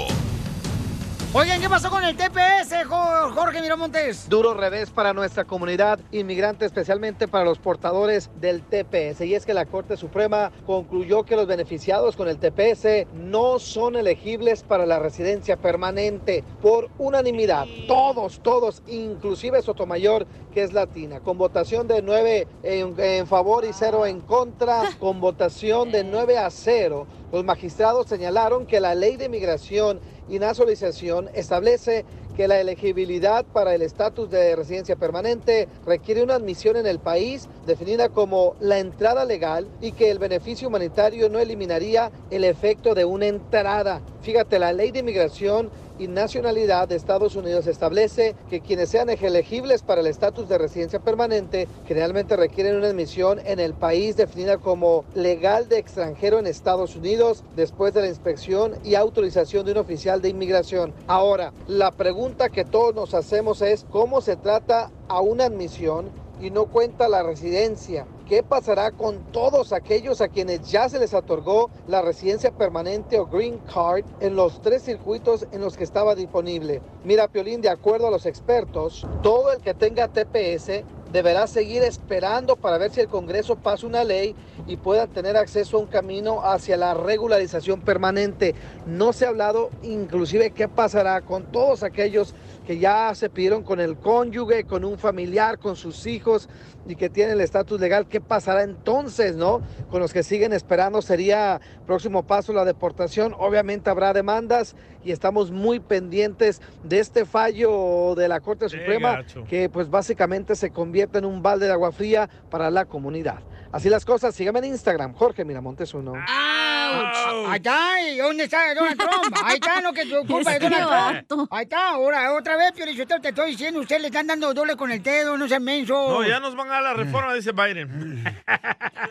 [SPEAKER 1] Oigan, ¿qué pasó con el TPS, Jo- Jorge Miramontes?
[SPEAKER 6] Duro revés para nuestra comunidad inmigrante, especialmente para los portadores del TPS. Y es que la Corte Suprema concluyó que los beneficiados con el TPS no son elegibles para la residencia permanente por unanimidad. Todos, todos, inclusive Sotomayor, que es latina, con votación de 9 en, en favor y 0 en contra, con votación de 9 a 0. Los magistrados señalaron que la ley de inmigración y nacionalización establece que la elegibilidad para el estatus de residencia permanente requiere una admisión en el país definida como la entrada legal y que el beneficio humanitario no eliminaría el efecto de una entrada. Fíjate, la ley de inmigración y nacionalidad de Estados Unidos establece que quienes sean elegibles para el estatus de residencia permanente generalmente requieren una admisión en el país definida como legal de extranjero en Estados Unidos después de la inspección y autorización de un oficial de inmigración. Ahora, la pregunta que todos nos hacemos es cómo se trata a una admisión y no cuenta la residencia. ¿Qué pasará con todos aquellos a quienes ya se les otorgó la residencia permanente o green card en los tres circuitos en los que estaba disponible? Mira, Piolín, de acuerdo a los expertos, todo el que tenga TPS deberá seguir esperando para ver si el Congreso pasa una ley y puedan tener acceso a un camino hacia la regularización permanente. No se ha hablado inclusive qué pasará con todos aquellos que ya se pidieron con el cónyuge, con un familiar, con sus hijos y que tienen el estatus legal, ¿qué pasará entonces, no? Con los que siguen esperando sería próximo paso la deportación. Obviamente habrá demandas y estamos muy pendientes de este fallo de la Corte Suprema
[SPEAKER 3] gacho.
[SPEAKER 6] que pues básicamente se convierte en un balde de agua fría para la comunidad. Así las cosas, síganme en Instagram, Jorge Miramontes uno.
[SPEAKER 11] Ah,
[SPEAKER 1] Ouch. Ah, Ahí está, ¿y ¿dónde está Donald Trump? Ahí está, no que tu culpa de
[SPEAKER 6] Este
[SPEAKER 1] Donald Trump. Ahí está, ahora, otra vez, Pio Lizotero, te estoy diciendo, ustedes le están dando doble con el dedo, no sean menso.
[SPEAKER 3] No, ya nos van a la reforma, dice Biden.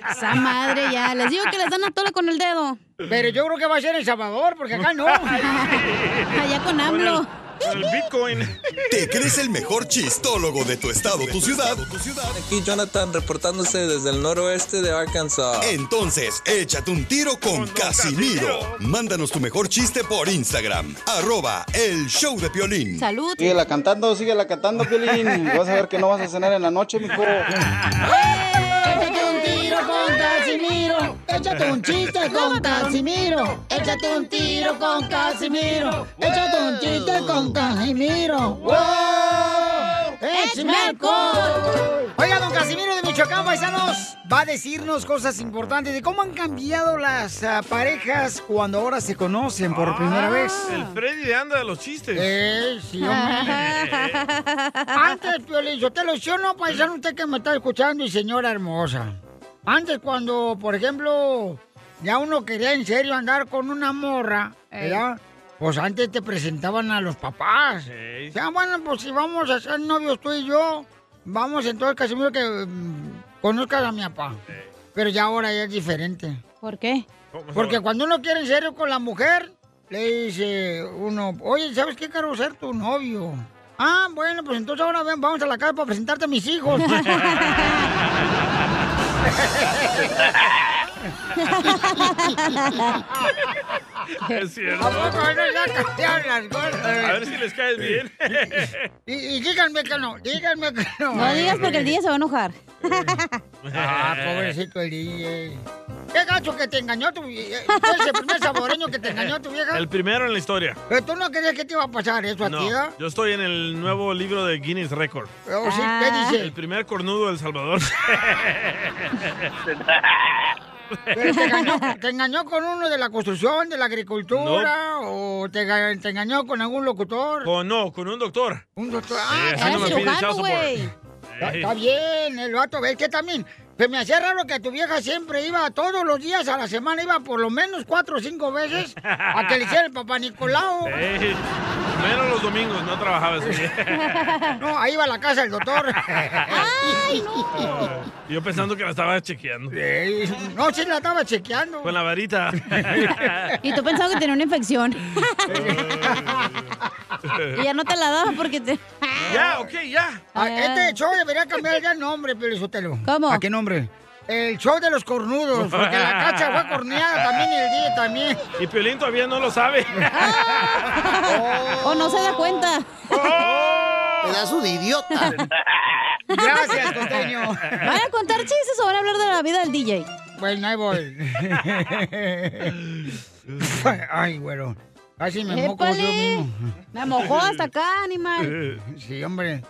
[SPEAKER 4] Esa madre ya. Les digo que les dan a tole con el dedo.
[SPEAKER 1] Pero yo creo que va a ser El Salvador, porque acá no.
[SPEAKER 4] Allá con AMLO.
[SPEAKER 3] El Bitcoin.
[SPEAKER 5] ¿Te crees el mejor chistólogo de tu estado, tu ciudad?
[SPEAKER 17] Aquí Jonathan reportándose desde el noroeste de Arkansas.
[SPEAKER 5] Entonces, échate un tiro con Casimiro. Mándanos tu mejor chiste por Instagram, arroba el show de Piolín.
[SPEAKER 4] Salud.
[SPEAKER 18] Síguela cantando, síguela cantando, Piolín. Vas a ver que no vas a cenar en la noche, mijo.
[SPEAKER 1] Échate un tiro con Casimiro. Échate un chiste con Casimiro. Échate un tiro con Casimiro. Échate un chiste con Casimiro. ¡Wow! ¡Échame alcohol! Oiga, don Casimiro de Michoacán, paisanos, va a decirnos cosas importantes de cómo han cambiado las ah, parejas cuando ahora se conocen
[SPEAKER 4] Ah.
[SPEAKER 1] por primera vez.
[SPEAKER 3] El Freddy de anda de los chistes.
[SPEAKER 1] Eh, sí, hombre. Antes, Piolín, yo te lo yo no, paisano, usted que me está escuchando y señora hermosa. Antes, cuando, por ejemplo, ya uno quería en serio andar con una morra,
[SPEAKER 11] Ey.
[SPEAKER 1] ¿verdad? Pues antes te presentaban a los papás.
[SPEAKER 11] Ey.
[SPEAKER 1] O sea, bueno, pues si vamos a ser novios tú y yo, vamos entonces, Casimiro, que mm, conozcas a mi papá. Pero ya ahora ya es diferente.
[SPEAKER 4] ¿Por qué?
[SPEAKER 1] Porque cuando uno quiere en serio con la mujer, le dice uno, oye, ¿sabes qué quiero ser tu novio? Ah, bueno, pues entonces ahora ven, vamos a la casa para presentarte a mis hijos.
[SPEAKER 3] Es cierto.
[SPEAKER 1] ¿A poco no ya cambiaron las cosas?
[SPEAKER 3] A ver si les caes bien.
[SPEAKER 1] Y, y díganme que no, díganme que no.
[SPEAKER 4] No digas porque el día se va a enojar.
[SPEAKER 1] Ah, pobrecito el DJ. ¿Qué gacho que te engañó tu vieja? ¿Tú eres el primer saboreño que te engañó tu vieja?
[SPEAKER 3] El primero en la historia.
[SPEAKER 1] Pero tú no querías que te iba a pasar eso a ti, ¿ah?
[SPEAKER 3] No, yo estoy en el nuevo libro de Guinness Record.
[SPEAKER 1] Oh, sí, ¿qué dice?
[SPEAKER 3] El primer cornudo del Salvador.
[SPEAKER 1] Pero te engañó, te engañó con uno de la construcción, de la agricultura, o te, ga- te engañó con algún locutor.
[SPEAKER 11] Con, no, con un doctor.
[SPEAKER 1] Un doctor. Ah,
[SPEAKER 11] Sí, así no me pide child support.
[SPEAKER 1] Está,
[SPEAKER 11] Sí.
[SPEAKER 1] está bien, el vato, ves que también. Pero me hacía raro que tu vieja siempre iba todos los días a la semana, iba por lo menos cuatro o cinco veces a que le hiciera el papá Nicolau.
[SPEAKER 3] Ey, menos los domingos, no trabajaba ese día.
[SPEAKER 1] No, ahí va a la casa del doctor.
[SPEAKER 3] Ay, Yo pensando que la estaba chequeando.
[SPEAKER 1] No, sí la estaba chequeando.
[SPEAKER 3] Con la varita.
[SPEAKER 4] Y tú pensabas que tenía una infección. y ya no te la daba porque te...
[SPEAKER 3] Ya, ok, ya.
[SPEAKER 1] Ah, este show debería cambiar ya el nombre, Pelizotelo.
[SPEAKER 4] ¿Cómo?
[SPEAKER 1] ¿A qué nombre? El show de los cornudos, Pues, porque la cacha fue corneada también y el día también.
[SPEAKER 3] Y Piolín todavía no lo sabe.
[SPEAKER 4] O no se da cuenta.
[SPEAKER 16] Pedazo de idiota.
[SPEAKER 1] Gracias, costeño.
[SPEAKER 4] ¿Van a contar chistes o van a hablar de la vida del DJ?
[SPEAKER 1] Bueno, ahí voy. Ay, güero. Casi me moco yo
[SPEAKER 4] ¡Épale!
[SPEAKER 1] mismo.
[SPEAKER 4] Me mojó hasta acá, animal.
[SPEAKER 1] Sí, hombre.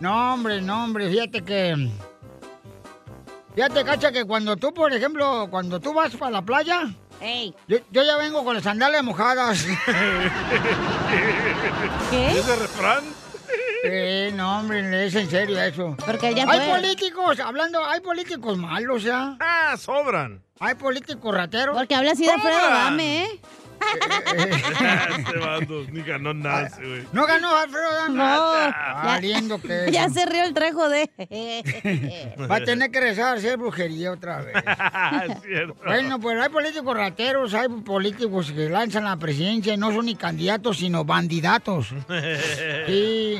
[SPEAKER 1] No, hombre, no, hombre. Fíjate que. Fíjate, cacha, que cuando tú, por ejemplo, cuando tú vas para la playa. Yo, yo ya vengo con las sandalias mojadas.
[SPEAKER 3] ¿Qué? ¿Ese refrán?
[SPEAKER 1] Eh, no, hombre, es en serio eso.
[SPEAKER 4] Porque ya
[SPEAKER 1] Hay
[SPEAKER 4] fue.
[SPEAKER 1] políticos, hablando, hay políticos malos, ¿ya?
[SPEAKER 3] Ah, sobran.
[SPEAKER 1] Hay políticos rateros.
[SPEAKER 4] Porque habla así de Alfredo
[SPEAKER 1] Sobran.
[SPEAKER 4] Dame, ¿eh?
[SPEAKER 3] este vato ni ganó nada, ese güey.
[SPEAKER 1] No ganó Alfredo Dame.
[SPEAKER 4] No.
[SPEAKER 1] Valiendo que-
[SPEAKER 4] Ya se rió Eh. el trejo de...
[SPEAKER 1] Va a tener que rezar, hacer brujería otra vez.
[SPEAKER 3] Ah, Es cierto.
[SPEAKER 1] Bueno, pues hay políticos rateros, hay políticos que lanzan la presidencia y no son ni candidatos, sino bandidatos. Y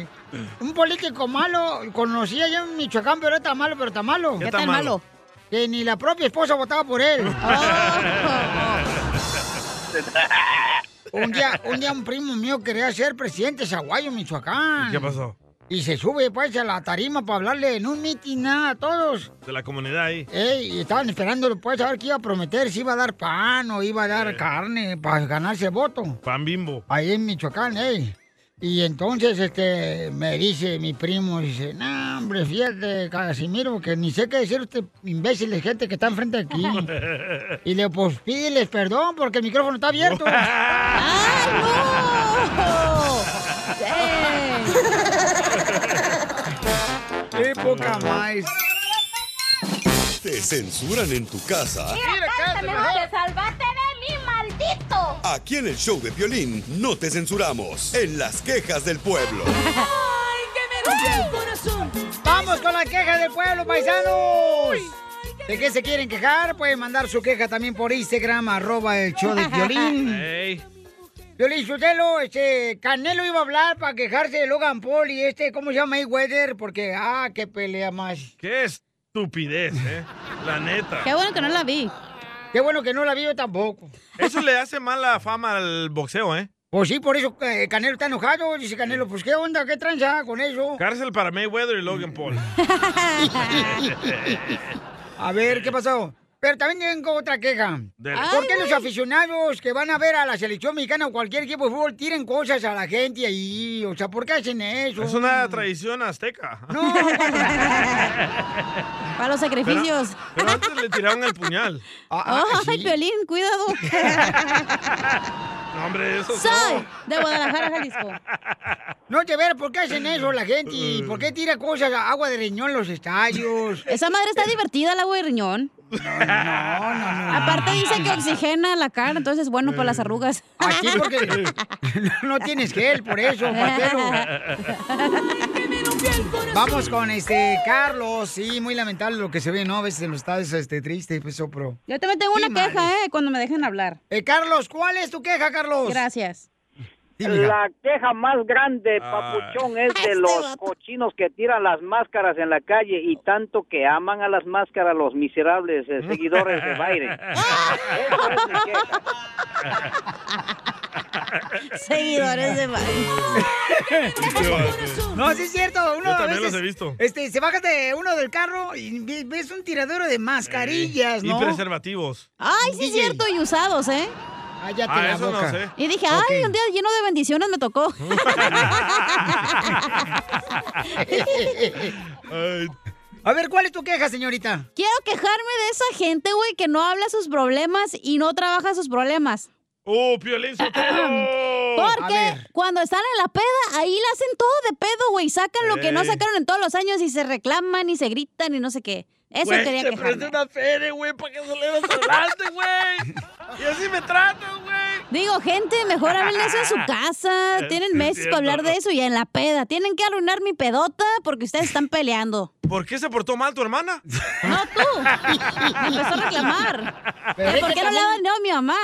[SPEAKER 1] un político malo, conocía yo en Michoacán, pero está malo, pero está malo.
[SPEAKER 3] ¿Qué ¿Qué tan tan malo? malo?
[SPEAKER 1] Que ni la propia esposa votaba por él. Oh. Un día, un día un primo mío quería ser presidente de Zaguayo, Michoacán.
[SPEAKER 3] ¿Qué pasó?
[SPEAKER 1] Y se sube pues a la tarima para hablarle en un mitin a todos.
[SPEAKER 3] De la comunidad ahí.
[SPEAKER 1] Ey, y estaban esperando pues a ver qué iba a prometer, si iba a dar pan o iba a dar carne para ganarse el voto.
[SPEAKER 3] Eh. Pan bimbo.
[SPEAKER 1] Ahí en Michoacán, ey. Y entonces este me dice mi primo, dice, no, hombre, fíjate, Casimiro, que ni sé qué decir este imbécil de gente que está enfrente de aquí. y le pues pídeles perdón porque el micrófono está abierto. ¡Qué poca más!
[SPEAKER 5] ¿Te censuran en tu casa?
[SPEAKER 2] te salvaste de mí, maldito!
[SPEAKER 5] Aquí en el show de violín no te censuramos. En las quejas del pueblo.
[SPEAKER 1] Vamos con la queja del pueblo, paisanos. ¿De qué se quieren quejar? Pueden mandar su queja también por Instagram, arroba el show de violín. Violín Sotelo, este, Canelo iba a hablar para quejarse de Logan Paul y este, ¿cómo se llama? Mayweather, porque, ah, qué pelea más.
[SPEAKER 3] Qué estupidez, ¿eh? La neta.
[SPEAKER 1] la vi. Qué bueno que no la vi yo tampoco.
[SPEAKER 3] Eso le hace mala fama al boxeo, ¿eh?
[SPEAKER 1] Pues sí, por eso eh, Canelo está enojado. Dice Canelo, pues qué onda, qué tranza con eso.
[SPEAKER 3] Cárcel para Mayweather y Logan Paul.
[SPEAKER 1] A ver, ¿qué pasó? Pero también tengo otra queja.
[SPEAKER 3] Dele.
[SPEAKER 1] ¿Por qué
[SPEAKER 3] Ay,
[SPEAKER 1] los aficionados que van a ver a la selección mexicana o cualquier equipo de fútbol tiran cosas a la gente ahí? O sea, ¿por qué hacen eso?
[SPEAKER 3] Es una tradición azteca.
[SPEAKER 1] No.
[SPEAKER 4] Para los sacrificios.
[SPEAKER 3] Pero, pero antes le tiraron el puñal.
[SPEAKER 1] Ah,
[SPEAKER 4] ¡Ay, Piolín, cuidado!
[SPEAKER 3] No, hombre, eso
[SPEAKER 4] Soy
[SPEAKER 3] no.
[SPEAKER 4] de Guadalajara, Jalisco.
[SPEAKER 1] No, de ver, ¿por qué hacen eso la gente? ¿Y ¿Por qué tira cosas, agua de riñón en los estadios? Eh,
[SPEAKER 4] Esa madre está divertida, el agua de riñón.
[SPEAKER 1] No, no, no.
[SPEAKER 4] Aparte dice que oxigena la cara, entonces es bueno para las arrugas.
[SPEAKER 1] Así Eh. porque no tienes gel, por eso, partero. Vamos con este Carlos. Sí, muy lamentable lo que se ve, ¿no? A veces en los estadios este, triste, pues, oh, pero...
[SPEAKER 4] Yo también tengo una queja, ¿eh? Cuando me dejen hablar.
[SPEAKER 1] Eh, Carlos, ¿cuál es tu queja, Carlos?
[SPEAKER 4] Gracias.
[SPEAKER 19] La queja más grande,
[SPEAKER 4] Ay.
[SPEAKER 19] Este papuchón, es
[SPEAKER 8] Este
[SPEAKER 19] de los cochinos que tiran las máscaras en la calle y tanto que aman a las máscaras los miserables eh, seguidores de Biden.
[SPEAKER 4] Seguidores de
[SPEAKER 1] No, sí es cierto. Uno
[SPEAKER 3] Yo
[SPEAKER 1] a
[SPEAKER 3] también
[SPEAKER 1] veces,
[SPEAKER 3] los he visto.
[SPEAKER 1] Este, se baja de uno del carro y ve- ves un tiradero de mascarillas,
[SPEAKER 3] Y
[SPEAKER 1] ¿no?
[SPEAKER 3] preservativos.
[SPEAKER 4] Ay, sí es cierto, y usados, ¿eh?
[SPEAKER 1] Cállate
[SPEAKER 3] Ah, la eso no boca. sé.
[SPEAKER 4] Y dije, ay, un día lleno de bendiciones me tocó.
[SPEAKER 3] Ay,
[SPEAKER 1] A ver, ¿cuál es tu queja, señorita?
[SPEAKER 4] Quiero quejarme de esa gente, güey, que no habla sus problemas y no trabaja sus problemas.
[SPEAKER 3] ¡Uh, Piolín Sotelo!
[SPEAKER 4] Porque cuando están en la peda, ahí la hacen todo de pedo, güey. Sacan lo que no
[SPEAKER 3] Ey.
[SPEAKER 4] sacaron en todos los años y se reclaman y se gritan y no sé qué. Eso
[SPEAKER 3] Güey,
[SPEAKER 4] quería
[SPEAKER 3] te
[SPEAKER 4] quejarme.
[SPEAKER 3] presté una feria, güey, para que salieras adelante, güey. Y así me tratas, güey.
[SPEAKER 4] Digo, gente, mejor hablen eso en su casa.
[SPEAKER 3] Es
[SPEAKER 4] Tienen meses
[SPEAKER 3] cierto.
[SPEAKER 4] para hablar de eso y en la peda. Tienen que arruinar mi pedota porque ustedes están peleando.
[SPEAKER 11] ¿Por qué se portó mal tu hermana?
[SPEAKER 4] No tú. Empezó a reclamar. ¿Que ¿Por qué no le daban no a mi mamá?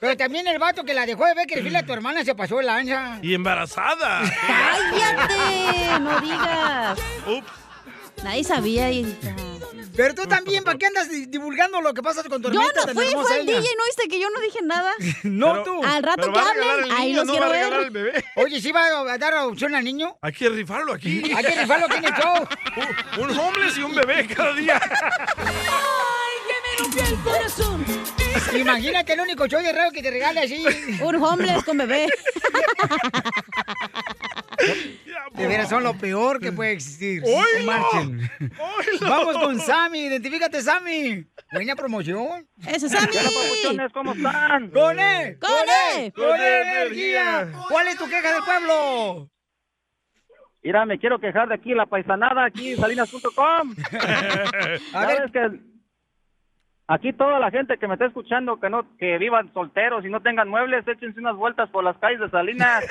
[SPEAKER 1] Pero también el vato que la dejó de ver que decirle a tu hermana se pasó de lanza.
[SPEAKER 3] Y embarazada.
[SPEAKER 4] ¡Cállate! No digas. Nadie sabía. Y...
[SPEAKER 1] Pero tú también, ¿para qué andas di- divulgando lo que pasa con tu
[SPEAKER 4] Yo
[SPEAKER 1] hermanita
[SPEAKER 4] no
[SPEAKER 1] tan
[SPEAKER 4] fui,
[SPEAKER 1] hermosa
[SPEAKER 4] fue el
[SPEAKER 1] ella?
[SPEAKER 4] DJ, ¿no viste que yo no dije nada?
[SPEAKER 1] No
[SPEAKER 3] Pero-
[SPEAKER 1] tú.
[SPEAKER 4] Al rato
[SPEAKER 3] pero
[SPEAKER 4] que
[SPEAKER 3] va a regalar
[SPEAKER 4] hablen,
[SPEAKER 3] el
[SPEAKER 4] ahí
[SPEAKER 3] niño,
[SPEAKER 4] los
[SPEAKER 3] no
[SPEAKER 4] quiero
[SPEAKER 3] va a regalar
[SPEAKER 4] ver.
[SPEAKER 3] el bebé.
[SPEAKER 1] Oye, ¿sí va a dar adopción al niño?
[SPEAKER 11] Hay que rifarlo aquí.
[SPEAKER 1] Hay que rifarlo aquí en el show.
[SPEAKER 11] Un, un homeless y un bebé cada día.
[SPEAKER 1] Imagínate el único show de radio que te regale así.
[SPEAKER 4] Un homeless con bebé.
[SPEAKER 1] De veras son lo peor que puede existir.
[SPEAKER 3] ¡Oilo!
[SPEAKER 1] No marchen. Vamos con Sammy, identifícate Sammy. Buena promoción.
[SPEAKER 4] Ese es Sammy.
[SPEAKER 1] Hola,
[SPEAKER 4] papuchones,
[SPEAKER 1] ¿cómo están? Con él,
[SPEAKER 4] Con E. él.
[SPEAKER 1] con él, con
[SPEAKER 4] Con
[SPEAKER 11] E,
[SPEAKER 1] energía. ¿Cuál es tu queja del pueblo?
[SPEAKER 19] Mira, me quiero quejar de aquí, la paisanada, aquí, salinas.com.
[SPEAKER 1] A
[SPEAKER 19] Ya
[SPEAKER 1] ver.
[SPEAKER 19] ves que aquí toda la gente que me está escuchando, que no, que vivan solteros y no tengan muebles, échense unas vueltas por las calles de Salinas.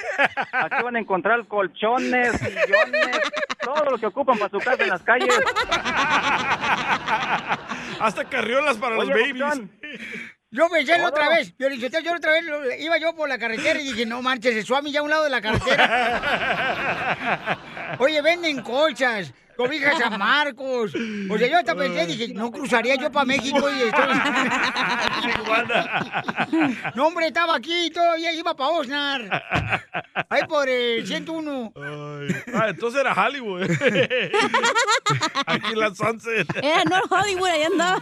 [SPEAKER 19] Aquí van a encontrar colchones, sillones, todo lo que ocupan para su casa en las calles.
[SPEAKER 11] Hasta carriolas para
[SPEAKER 19] Oye,
[SPEAKER 11] los babies.
[SPEAKER 19] Papuchón,
[SPEAKER 1] Yo pensé la
[SPEAKER 19] Hola.
[SPEAKER 1] otra vez, yo, yo, yo otra vez lo- iba yo por la carretera y dije, no marches, el Suami ya a un lado de la carretera. Oye, venden colchas, cobijas San Marcos. O sea, yo hasta pensé, dije, no cruzaría yo para México y estoy... no, hombre, estaba aquí y todavía iba para Osnar. Ahí por el 101.
[SPEAKER 11] Ah, entonces era Hollywood. Aquí en la Sunset.
[SPEAKER 4] Era no Hollywood, ahí andaba.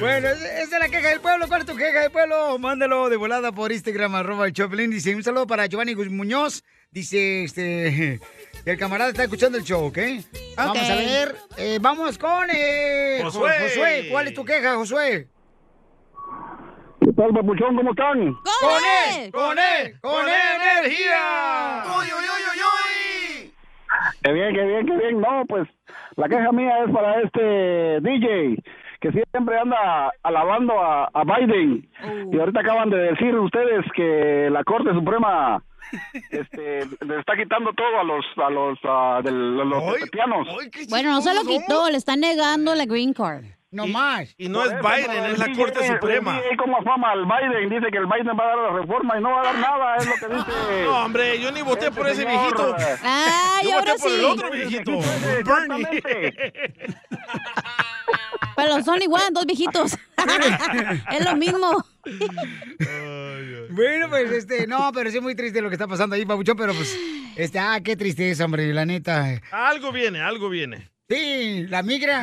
[SPEAKER 1] Bueno, es- esa es la queja del pueblo. ¿Cuál es tu queja del pueblo? Mándalo de volada por Instagram, arroba el Choplin. Dice, un saludo para Giovanni Gus- Muñoz. Dice, este, el camarada está escuchando el show, ¿ok? Vamos a ver, eh, vamos con eh,
[SPEAKER 3] Josué.
[SPEAKER 1] Jo- Josué. ¿Cuál es tu queja, Josué?
[SPEAKER 20] ¿Qué tal, papuchón? ¿Cómo están?
[SPEAKER 1] ¡Con él! ¡Con él! ¡Con energía!
[SPEAKER 20] Qué bien, qué bien, qué bien. No, pues la queja mía es para este DJ que siempre anda alabando a, a Biden. Y ahorita acaban de decir ustedes que la Corte Suprema este, le está quitando todo a los a los a del- a los tibetanos.
[SPEAKER 4] Bueno, no se lo quitó, le está negando la green card.
[SPEAKER 1] No más.
[SPEAKER 11] Y no es Biden, es la Corte Suprema.
[SPEAKER 20] Y como afama al Biden, dice que el Biden va a dar la reforma y no va a dar nada, es lo que dice.
[SPEAKER 11] No, hombre, yo ni voté por ese
[SPEAKER 20] señor,
[SPEAKER 11] viejito.
[SPEAKER 20] eh.
[SPEAKER 4] Ay,
[SPEAKER 11] yo voté
[SPEAKER 4] ahora
[SPEAKER 11] por
[SPEAKER 4] sí.
[SPEAKER 11] el otro viejito. Bernie.
[SPEAKER 4] Pero son igual, dos viejitos. es lo mismo.
[SPEAKER 1] Bueno, pues este, no, pero sí es muy triste lo que está pasando ahí, Pabuchón, pero pues, este, ah, qué tristeza, hombre, la neta.
[SPEAKER 11] Algo viene, algo viene.
[SPEAKER 1] Sí, la migra.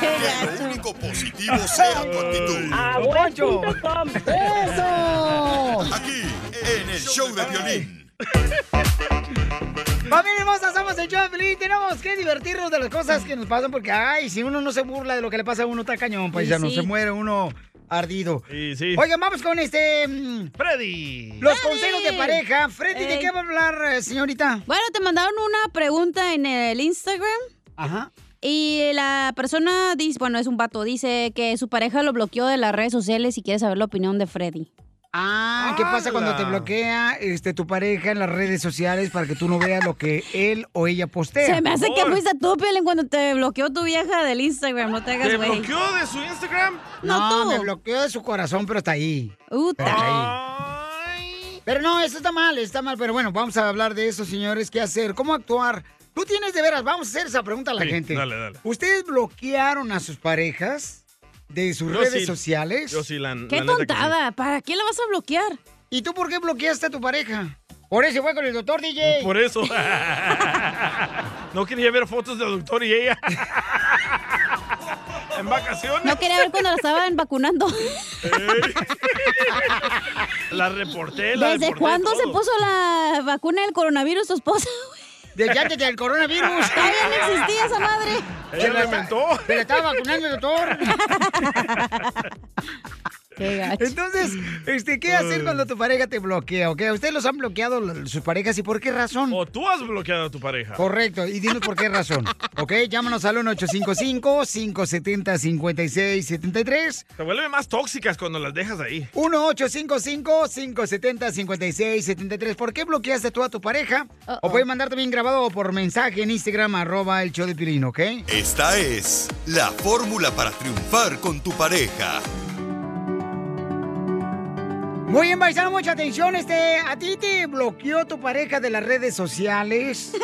[SPEAKER 5] Que lo único positivo sea tu actitud.
[SPEAKER 1] ¡Eso!
[SPEAKER 5] Aquí, en el show de violín.
[SPEAKER 1] Familia hermosa, somos el show de Piolín. Tenemos que divertirnos de las cosas que nos pasan porque, ay, si uno no se burla de lo que le pasa a uno, está cañón, pues ya no
[SPEAKER 11] sí.
[SPEAKER 1] se muere uno ardido.
[SPEAKER 11] Sí, sí.
[SPEAKER 1] Oigan, vamos con este... mm,
[SPEAKER 11] Freddy.
[SPEAKER 1] Los consejos de pareja. Freddy, ¿de
[SPEAKER 4] Ey.
[SPEAKER 1] qué va a hablar, eh, señorita?
[SPEAKER 4] Bueno, te mandaron una pregunta en el Instagram.
[SPEAKER 1] Ajá.
[SPEAKER 4] Y la persona dice, bueno, es un vato, dice que su pareja lo bloqueó de las redes sociales y quiere saber la opinión de Freddy.
[SPEAKER 1] Ah, ¿qué pasa cuando te
[SPEAKER 4] ¡Hala!
[SPEAKER 1] bloquea este, tu pareja en las redes sociales para que tú no veas lo que él o ella postea?
[SPEAKER 4] Se me hace que fuiste tú, Piolín, cuando te bloqueó tu vieja del Instagram, no te hagas
[SPEAKER 1] ¿Te
[SPEAKER 4] güey.
[SPEAKER 1] bloqueó
[SPEAKER 11] de su Instagram?
[SPEAKER 1] No,
[SPEAKER 4] No, tú. Uh,
[SPEAKER 1] me bloqueó de su corazón, pero está ahí.
[SPEAKER 4] Uta.
[SPEAKER 1] Pero no, eso está mal, está mal. Pero bueno, vamos a hablar de eso, señores. ¿Qué hacer? ¿Cómo actuar? Tú tienes de veras, vamos a hacer esa pregunta a la
[SPEAKER 11] Sí,
[SPEAKER 1] gente.
[SPEAKER 11] dale, dale.
[SPEAKER 1] ¿Ustedes bloquearon a sus parejas de sus
[SPEAKER 11] Yo
[SPEAKER 1] redes
[SPEAKER 11] sí.
[SPEAKER 1] sociales?
[SPEAKER 11] Yo sí, la-
[SPEAKER 4] Qué
[SPEAKER 11] la neta que sí.
[SPEAKER 4] tontada, ¿para qué la vas a bloquear?
[SPEAKER 1] ¿Y tú por qué bloqueaste a tu pareja? Por eso fue con el doctor DJ.
[SPEAKER 11] Por eso. No quería ver fotos del doctor y ella. En vacaciones.
[SPEAKER 4] No quería ver cuando la estaban vacunando.
[SPEAKER 11] La reporté, la
[SPEAKER 4] ¿Desde
[SPEAKER 11] reporté
[SPEAKER 4] cuándo se
[SPEAKER 11] todo.
[SPEAKER 4] puso la vacuna del coronavirus tu esposa? güey?
[SPEAKER 1] Desde antes del coronavirus.
[SPEAKER 9] Todavía no existía esa madre.
[SPEAKER 1] Se la inventó. Se la estaba vacunando el doctor. Entonces, este, ¿qué hacer cuando tu pareja te bloquea? ¿ok? ¿A ustedes los han bloqueado l- sus parejas y por qué razón?
[SPEAKER 11] O tú has bloqueado a tu pareja.
[SPEAKER 1] Correcto, y dinos por qué razón. ¿Ok? Llámanos al 1-855-570-5673.
[SPEAKER 11] Te vuelven más tóxicas cuando las dejas ahí.
[SPEAKER 1] 1-855-570-5673. ¿Por qué bloqueaste tú a tu pareja? O puedes mandar también grabado o por mensaje en Instagram, arroba el show de Piolín, ¿ok?
[SPEAKER 5] Esta es la fórmula para triunfar con tu pareja.
[SPEAKER 1] Muy bien, paisano, mucha atención. Este, ¿A ti te bloqueó tu pareja de las redes sociales?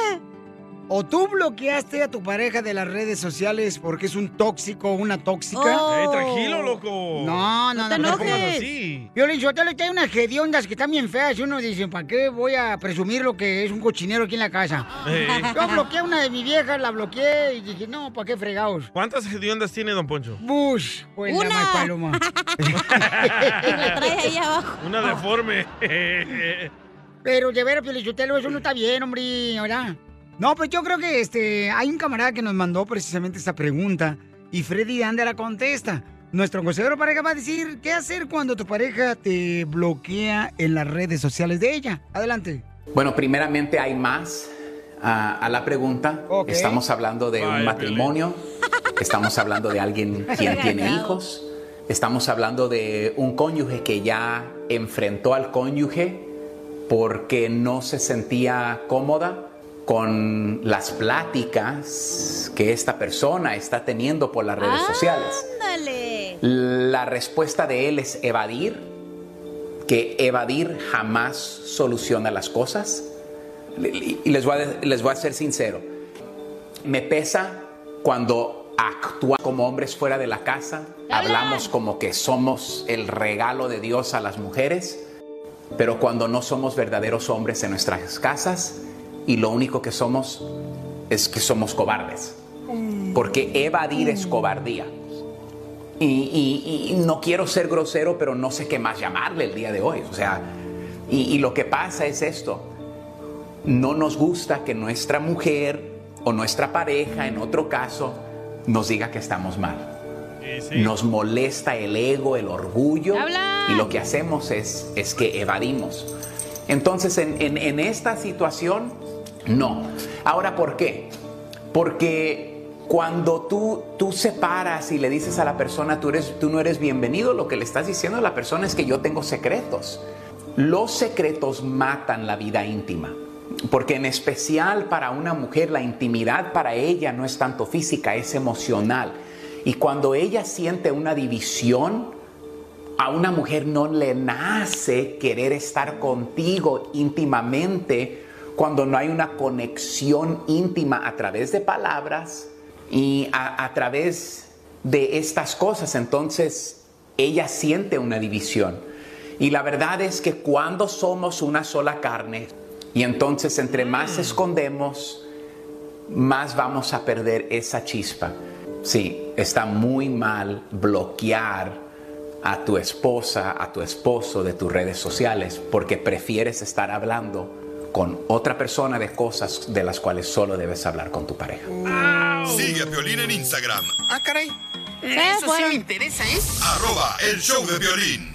[SPEAKER 1] ¿O tú bloqueaste a tu pareja de las redes sociales porque es un tóxico o una tóxica?
[SPEAKER 11] Oh. Ey, tranquilo, loco.
[SPEAKER 1] No, no,
[SPEAKER 11] No te
[SPEAKER 1] no.
[SPEAKER 11] enojes.
[SPEAKER 1] pongas
[SPEAKER 11] así.
[SPEAKER 1] Violín, yo te lo hay unas hediondas que están bien feas y uno dice, ¿para qué voy a presumir lo que es un cochinero aquí en la casa?
[SPEAKER 11] Ey.
[SPEAKER 1] Yo bloqueé a una de mis viejas, la bloqueé y dije, no, ¿para qué fregados?
[SPEAKER 11] ¿Cuántas hediondas tiene Don Poncho?
[SPEAKER 1] Bush, pues la
[SPEAKER 11] Una.
[SPEAKER 1] más paloma.
[SPEAKER 11] La
[SPEAKER 1] traes ahí abajo.
[SPEAKER 11] Una deforme.
[SPEAKER 1] Pero de ver, Pielichotelo, eso no está bien, hombre, ¿verdad? No, pues yo creo que este hay un camarada que nos mandó precisamente esta pregunta y Freddy Anda la contesta. Nuestro consejero pareja va a decir qué hacer cuando tu pareja te bloquea en las redes sociales de ella. Adelante.
[SPEAKER 21] Bueno, primeramente hay más a, a la pregunta. Estamos hablando de un matrimonio, estamos hablando de alguien quien tiene
[SPEAKER 22] Regañado.
[SPEAKER 21] hijos, estamos hablando de un cónyuge que ya enfrentó al cónyuge porque no se sentía cómoda con las pláticas que esta persona está teniendo por las redes sociales.
[SPEAKER 9] Ándale.
[SPEAKER 21] La respuesta de él es evadir, que evadir jamás soluciona las cosas. Y les voy a, les voy a ser sincero, me pesa cuando actuamos como hombres fuera de la casa, hablamos como que somos el regalo de Dios a las mujeres, pero cuando no somos verdaderos hombres en nuestras casas y lo único que somos es que somos cobardes. Porque evadir es cobardía. Y, y- y no quiero ser grosero, pero no sé qué más llamarle el día de hoy. O sea, y, y lo que pasa es esto. No nos gusta que nuestra mujer o nuestra pareja, en otro caso, nos diga que estamos mal. Nos molesta el ego, el orgullo. Y lo que hacemos es, es que evadimos. Entonces, en, en- en esta situación, no. Ahora, ¿por qué? Porque cuando tú, tú separas y le dices a la persona, tú, eres, tú no eres bienvenido, lo que le estás diciendo a la persona es que yo tengo secretos. Los secretos matan la vida íntima. Porque en especial para una mujer la intimidad para ella no es tanto física, es emocional. Y cuando ella siente una división, a una mujer no le nace querer estar contigo íntimamente cuando no hay una conexión íntima a través de palabras y a, a través de estas cosas. Entonces ella siente una división. Y la verdad es que cuando somos una sola carne, y entonces entre más escondemos, más vamos a perder esa chispa. Sí, está muy mal bloquear a tu esposa, a tu esposo de tus redes sociales, porque prefieres estar hablando con otra persona de cosas de las cuales solo debes hablar con tu pareja.
[SPEAKER 5] Sigue a Violín en Instagram.
[SPEAKER 23] Ah, caray.
[SPEAKER 3] pues.
[SPEAKER 23] Eso sí me interesa, ¿eh?
[SPEAKER 5] Arroba el show de violín.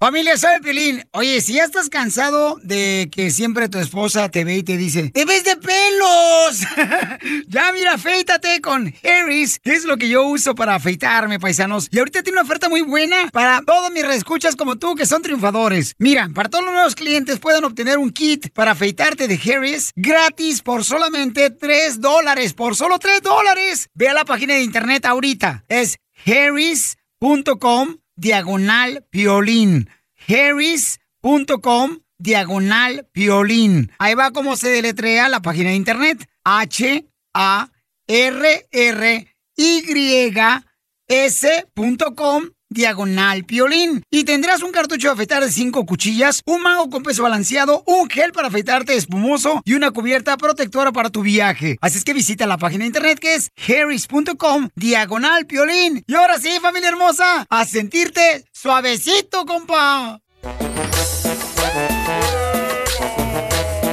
[SPEAKER 24] Familia, ¿sabe, Piolín? Oye, si ya estás cansado de que siempre tu esposa te ve y te dice, ¡te ves de pelos! ya, mira, afeítate con Harris, que es lo que yo uso para afeitarme, paisanos. Y ahorita tiene una oferta muy buena para todos mis reescuchas como tú, que son triunfadores. Mira, para todos los nuevos clientes pueden obtener un kit para afeitarte de Harris gratis por solamente 3 dólares. ¡Por solo 3 dólares! Ve a la página de internet ahorita. Es harris.com diagonal piolín. Harris.com diagonal piolín. Ahí va como se deletrea la página de internet. H-A-R-R-Y-S.com diagonal piolín. Y tendrás un cartucho de afeitar de 5 cuchillas, un mango con peso balanceado, un gel para afeitarte espumoso y una cubierta protectora para tu viaje. Así es que visita la página de internet que es harris.com diagonal piolín. Y ahora sí, familia hermosa, a sentirte suavecito, compa.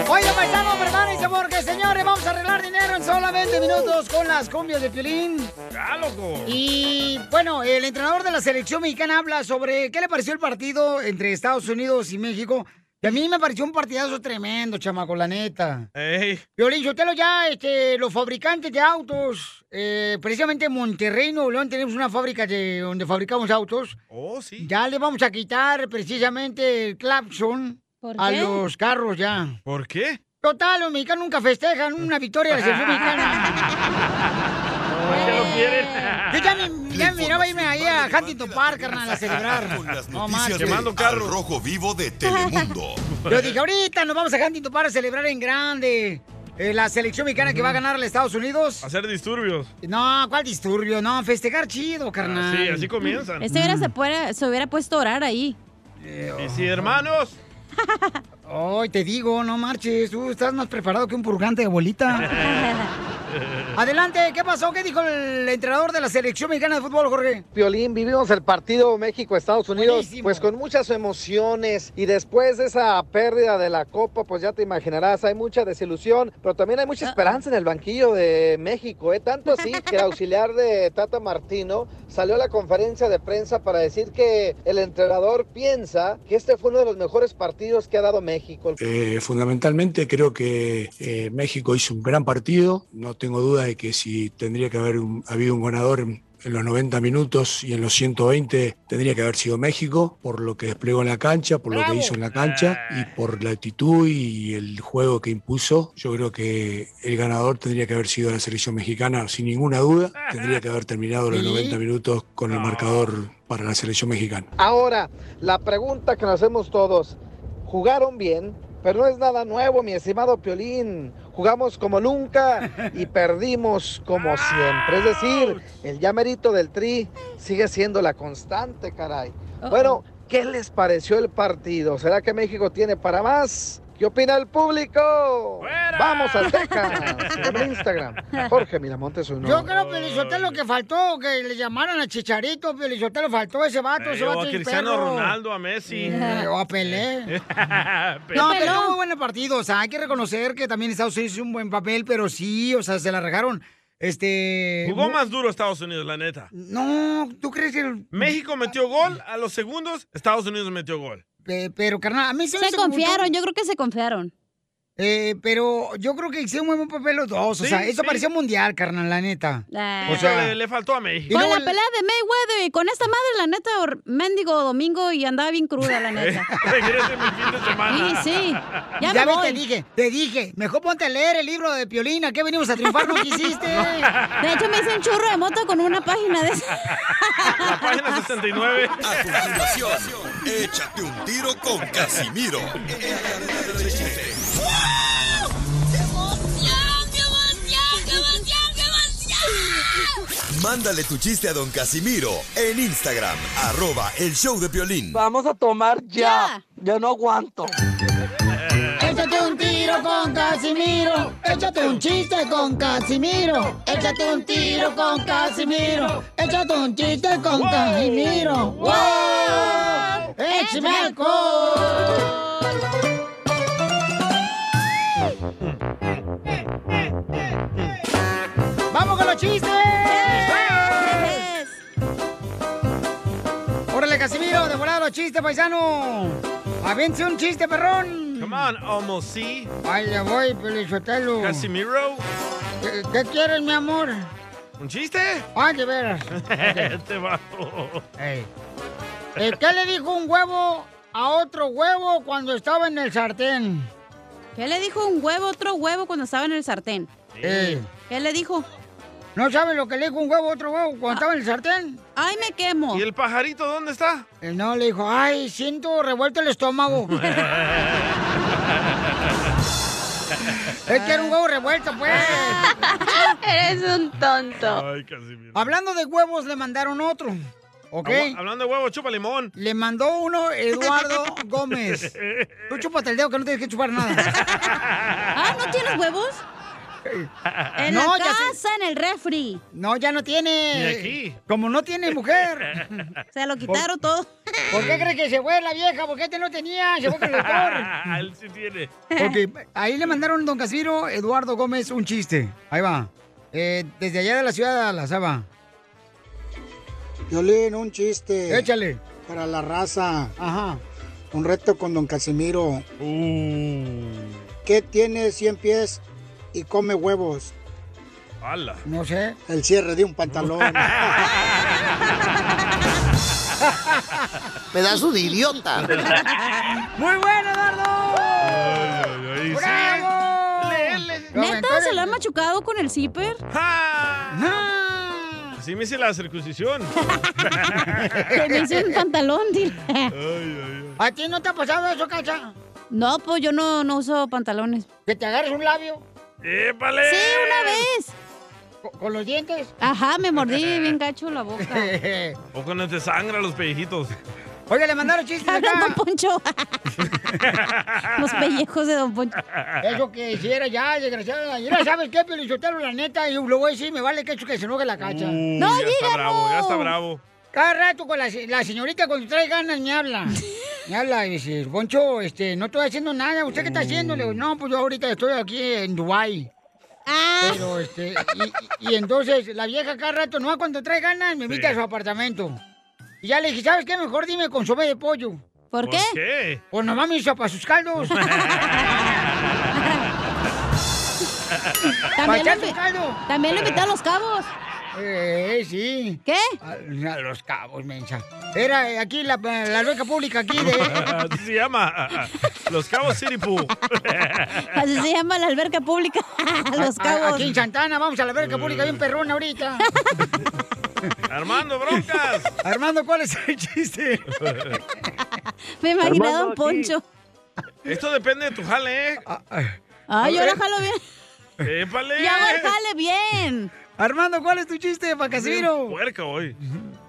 [SPEAKER 1] Oiga, paisano, prepárense porque, señores, vamos a arreglar dinero en solamente minutos con las cumbias de Piolín.
[SPEAKER 11] ¡Ya, loco!
[SPEAKER 1] Y, bueno, el entrenador de la selección mexicana habla sobre qué le pareció el partido entre Estados Unidos y México. Y a mí me pareció un partidazo tremendo, chamaco, la neta.
[SPEAKER 11] Ey.
[SPEAKER 1] Violín, yo te lo ya, este, los fabricantes de autos, eh, precisamente en Monterrey, Nuevo León, tenemos una fábrica de, donde fabricamos autos.
[SPEAKER 11] Oh, sí.
[SPEAKER 1] Ya le vamos a quitar precisamente el clapson
[SPEAKER 11] ¿Por
[SPEAKER 1] a
[SPEAKER 11] qué?
[SPEAKER 1] los carros ya.
[SPEAKER 11] ¿Por qué?
[SPEAKER 1] Total, los mexicanos nunca festejan una victoria de la selección mexicana.
[SPEAKER 11] ¿Por qué lo quieren?
[SPEAKER 1] Yo ya, me, ya me miraba irme ahí a Huntington Park, carnal, a celebrar.
[SPEAKER 5] Con las
[SPEAKER 1] No
[SPEAKER 5] noticias
[SPEAKER 1] marches.
[SPEAKER 5] de Al Rojo Vivo de Telemundo.
[SPEAKER 1] Yo dije, ahorita nos vamos a Huntington Park a celebrar en grande. eh, la selección mexicana que va a ganar a los Estados Unidos.
[SPEAKER 11] Hacer disturbios.
[SPEAKER 1] No, ¿cuál disturbio? No, festejar chido, carnal. Mm.
[SPEAKER 11] Así- así comienzan.
[SPEAKER 4] Este hubiera se, puede- se hubiera puesto a orar ahí.
[SPEAKER 11] Y si, hermanos.
[SPEAKER 1] Eh, oh. Ay, te digo, no marches, tú estás más preparado que un purgante de abuelita. Adelante, ¿qué pasó? ¿Qué dijo el entrenador de la selección mexicana de fútbol, Jorge?
[SPEAKER 6] Violín, vivimos el partido México-Estados Unidos,
[SPEAKER 1] Buenísimo.
[SPEAKER 6] pues con muchas emociones y después de esa pérdida de la Copa, pues ya te imaginarás, hay mucha desilusión, pero también hay mucha esperanza en el banquillo de México, ¿eh? Tanto así que el auxiliar de Tata Martino salió a la conferencia de prensa para decir que el entrenador piensa que este fue uno de los mejores partidos que ha dado México.
[SPEAKER 7] Eh, fundamentalmente creo que eh, México hizo un gran partido. No tengo duda de que si tendría que haber un- habido un ganador en, en los 90 minutos y en los 120 tendría que haber sido México por lo que desplegó en la cancha, por lo que hizo en la cancha y por la actitud y el juego que impuso. Yo creo que el ganador tendría que haber sido la selección mexicana sin ninguna duda. Tendría que haber terminado los 90 minutos con el marcador para la selección mexicana.
[SPEAKER 6] Ahora, la pregunta que nos hacemos todos, jugaron bien, pero no es nada nuevo, mi estimado Piolín. Jugamos como nunca y perdimos como siempre. Es decir, el llamerito del tri sigue siendo la constante, caray. Bueno, ¿qué les pareció el partido? ¿Será que México tiene para más? ¿Qué opina el público? Vamos a Sígueme en Instagram. Jorge Miramontes uno.
[SPEAKER 1] Yo creo, Pelizotelo, que faltó que le llamaran a Chicharito, Pelizotelo, faltó ese vato,
[SPEAKER 11] Eh,
[SPEAKER 1] ese
[SPEAKER 11] o
[SPEAKER 1] vato
[SPEAKER 11] a
[SPEAKER 1] es
[SPEAKER 11] Cristiano
[SPEAKER 1] perro.
[SPEAKER 11] Ronaldo, a Messi.
[SPEAKER 1] Eh, o a Pelé. No, pero estuvo muy bueno el partido. O sea, hay que reconocer que también Estados Unidos hizo un buen papel, pero sí, o sea, se la regaron. Este.
[SPEAKER 11] Jugó
[SPEAKER 1] mu-
[SPEAKER 11] más duro Estados Unidos, la neta.
[SPEAKER 1] No, ¿tú crees que.? el-
[SPEAKER 11] México metió gol a los segundos, Estados Unidos metió gol.
[SPEAKER 1] Pe- Pero, carnal, a mí se me
[SPEAKER 4] Se
[SPEAKER 1] hizo como un
[SPEAKER 4] confiaron,
[SPEAKER 1] ton-
[SPEAKER 4] yo creo que se confiaron.
[SPEAKER 1] Eh, pero yo creo que hicieron muy buen papel los dos. o
[SPEAKER 4] Sí,
[SPEAKER 1] sea, eso
[SPEAKER 4] sí.
[SPEAKER 1] parecía mundial, carnal, la neta. O
[SPEAKER 11] Pero
[SPEAKER 1] sea-
[SPEAKER 11] le, le faltó a México.
[SPEAKER 4] Con la pelea de Mayweather y con esta madre, la neta, or- mendigo domingo y andaba bien cruda, la neta.
[SPEAKER 11] Regresen mi fin de semana.
[SPEAKER 4] Sí, sí. Ya me
[SPEAKER 1] ves,
[SPEAKER 4] voy.
[SPEAKER 1] te dije, te dije, mejor ponte a leer el libro de Piolina, que venimos a triunfar, no quisiste.
[SPEAKER 4] De hecho, me hice un churro de moto con una página de esa.
[SPEAKER 11] La página 69.
[SPEAKER 5] A continuación, échate un tiro con Casimiro. Mándale tu chiste a don Casimiro en Instagram, arroba el show de Piolín.
[SPEAKER 22] Vamos a tomar ya. Ya no aguanto.
[SPEAKER 1] Échate un tiro con Casimiro. Échate un chiste con Casimiro. Échate un tiro con Casimiro. Échate un chiste con Casimiro. ¡Wow! ¡Échame alcohol! ¡Vamos con los chistes! ¡Órale, Casimiro, de volada los chistes, paisano. Avense un chiste, perrón.
[SPEAKER 11] Come on, almost see.
[SPEAKER 1] Ahí le voy, Pelizotelo.
[SPEAKER 11] Casimiro.
[SPEAKER 1] ¿Qué, qué quieres, mi amor?
[SPEAKER 11] ¿Un chiste?
[SPEAKER 1] Ah, de veras. Ok.
[SPEAKER 11] este vato.
[SPEAKER 1] Eh, ¿Qué le dijo un huevo a otro huevo cuando estaba en el sartén?
[SPEAKER 4] ¿Qué le dijo un huevo a otro huevo cuando estaba en el sartén? ¿Qué le dijo?
[SPEAKER 1] ¿No sabe lo que le dijo un huevo a otro huevo cuando estaba en el sartén?
[SPEAKER 4] ¡Ay, me quemo!
[SPEAKER 11] ¿Y el pajarito dónde está?
[SPEAKER 1] no, le dijo, ay, siento revuelto el estómago. es que era un huevo revuelto, pues. Eres un tonto.
[SPEAKER 11] Ay, Casimiro.
[SPEAKER 1] Hablando de huevos, le mandaron otro. ¿Ok?
[SPEAKER 11] Agua- Hablando de huevo, chupa limón.
[SPEAKER 1] Le mandó uno Eduardo Gómez. Tú chúpate el dedo que no tienes que chupar nada.
[SPEAKER 4] ¡Ah, no tienes huevos! En
[SPEAKER 1] No,
[SPEAKER 4] la
[SPEAKER 1] ya sé.
[SPEAKER 4] casa, en el refri.
[SPEAKER 1] No, ya no tiene.
[SPEAKER 4] Ni aquí.
[SPEAKER 1] Como no tiene mujer.
[SPEAKER 4] Se lo quitaron todo.
[SPEAKER 1] ¿Por qué crees que se fue la vieja? ¿Por qué te no tenía? Se fue con el doctor.
[SPEAKER 11] Él sí tiene.
[SPEAKER 1] Ok, ahí le mandaron don Casimiro Eduardo Gómez un chiste. Ahí va. Eh, desde allá de la ciudad de la Saba.
[SPEAKER 16] Violín, un chiste.
[SPEAKER 1] Échale.
[SPEAKER 16] Para la raza.
[SPEAKER 1] Ajá.
[SPEAKER 16] Un reto con don Casimiro.
[SPEAKER 3] Uh.
[SPEAKER 16] ¿Qué tiene 100 pies y come huevos?
[SPEAKER 11] ¡Hala!
[SPEAKER 1] No sé.
[SPEAKER 16] El cierre de un pantalón.
[SPEAKER 25] Pedazo de idiota.
[SPEAKER 1] ¡Muy bueno,
[SPEAKER 11] Eduardo!
[SPEAKER 1] ¡Bravo!
[SPEAKER 4] ¿Neta se lo han machucado con el zipper?
[SPEAKER 11] Así me hice la circuncisión.
[SPEAKER 4] Que me hice un pantalón, dile.
[SPEAKER 1] ¿A ti no te ha pasado eso, Cacha?
[SPEAKER 4] No, pues yo no, no uso pantalones.
[SPEAKER 1] ¿Que te agarres un labio?
[SPEAKER 11] ¡Épale!
[SPEAKER 4] Sí, una
[SPEAKER 11] Eh.
[SPEAKER 4] vez.
[SPEAKER 1] ¿Con, los dientes?
[SPEAKER 4] Ajá, me mordí bien gacho la boca.
[SPEAKER 11] O cuando te sangra los pellejitos.
[SPEAKER 1] Oiga, le mandaron chistes
[SPEAKER 11] Ah,
[SPEAKER 1] acá.
[SPEAKER 4] Don Poncho. Los pellejos de Don Poncho.
[SPEAKER 1] Eso que hiciera ya, desgraciada. Mira, ¿sabes qué, Pelichotero? La neta, yo lo voy a decir, me vale que hecho que se enoje la cacha.
[SPEAKER 11] Mm, ya está bravo, ya está bravo.
[SPEAKER 1] Cada rato con la, se- la señorita cuando trae ganas me habla. Me habla y dice, Poncho, este, no estoy haciendo nada, ¿usted qué está haciendo? Le digo, no, pues yo ahorita estoy aquí en Dubái.
[SPEAKER 4] Ah.
[SPEAKER 1] Pero, este, y, y- y entonces la vieja cada rato, no, cuando trae ganas, me invita a su apartamento. Y ya le dije, ¿sabes qué? Mejor dime con sopa de pollo.
[SPEAKER 4] ¿Por
[SPEAKER 11] qué? qué?
[SPEAKER 1] Pues nomás me hizo para sus caldos.
[SPEAKER 4] También
[SPEAKER 1] Pachá
[SPEAKER 4] lo,
[SPEAKER 1] tu
[SPEAKER 4] invi-
[SPEAKER 1] caldo.
[SPEAKER 4] también lo invité a los cabos.
[SPEAKER 1] Eh, sí.
[SPEAKER 4] ¿Qué?
[SPEAKER 1] A, a los cabos, mensa. Era eh, aquí la, la alberca pública, aquí de...
[SPEAKER 11] Así se llama. ah, ah, Los Cabos City Pool.
[SPEAKER 4] Así se llama la alberca pública. los
[SPEAKER 1] A-
[SPEAKER 4] cabos.
[SPEAKER 1] a- aquí en Santana, vamos a la alberca pública, bien perrona ahorita.
[SPEAKER 11] Armando, broncas.
[SPEAKER 1] Armando, ¿cuál es el chiste?
[SPEAKER 4] Me imaginé a
[SPEAKER 11] Armando,
[SPEAKER 4] Don
[SPEAKER 11] aquí.
[SPEAKER 4] Poncho.
[SPEAKER 11] Esto depende de tu jale, ¿eh?
[SPEAKER 4] Ay, Ah, eh, yo lo jalo bien.
[SPEAKER 11] ¡Épale!
[SPEAKER 4] Yo hago el jale bien.
[SPEAKER 1] Uh. Armando, ¿cuál es tu chiste para
[SPEAKER 11] Bien Puerca hoy.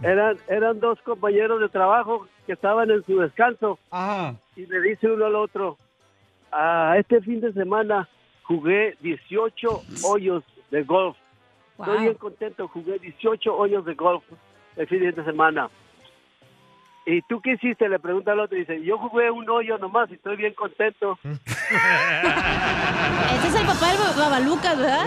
[SPEAKER 26] Eran, eran dos compañeros de trabajo que estaban en su descanso. Y le dice uno al otro, a este fin de semana jugué 18 hoyos de golf. Estoy
[SPEAKER 14] Wow.
[SPEAKER 26] bien contento, jugué 18 hoyos de golf el fin de semana. ¿Y tú qué hiciste? Le pregunta al otro y dice, yo jugué un hoyo nomás y estoy bien contento.
[SPEAKER 4] Este es el papá del ba- Babalucas, ¿verdad?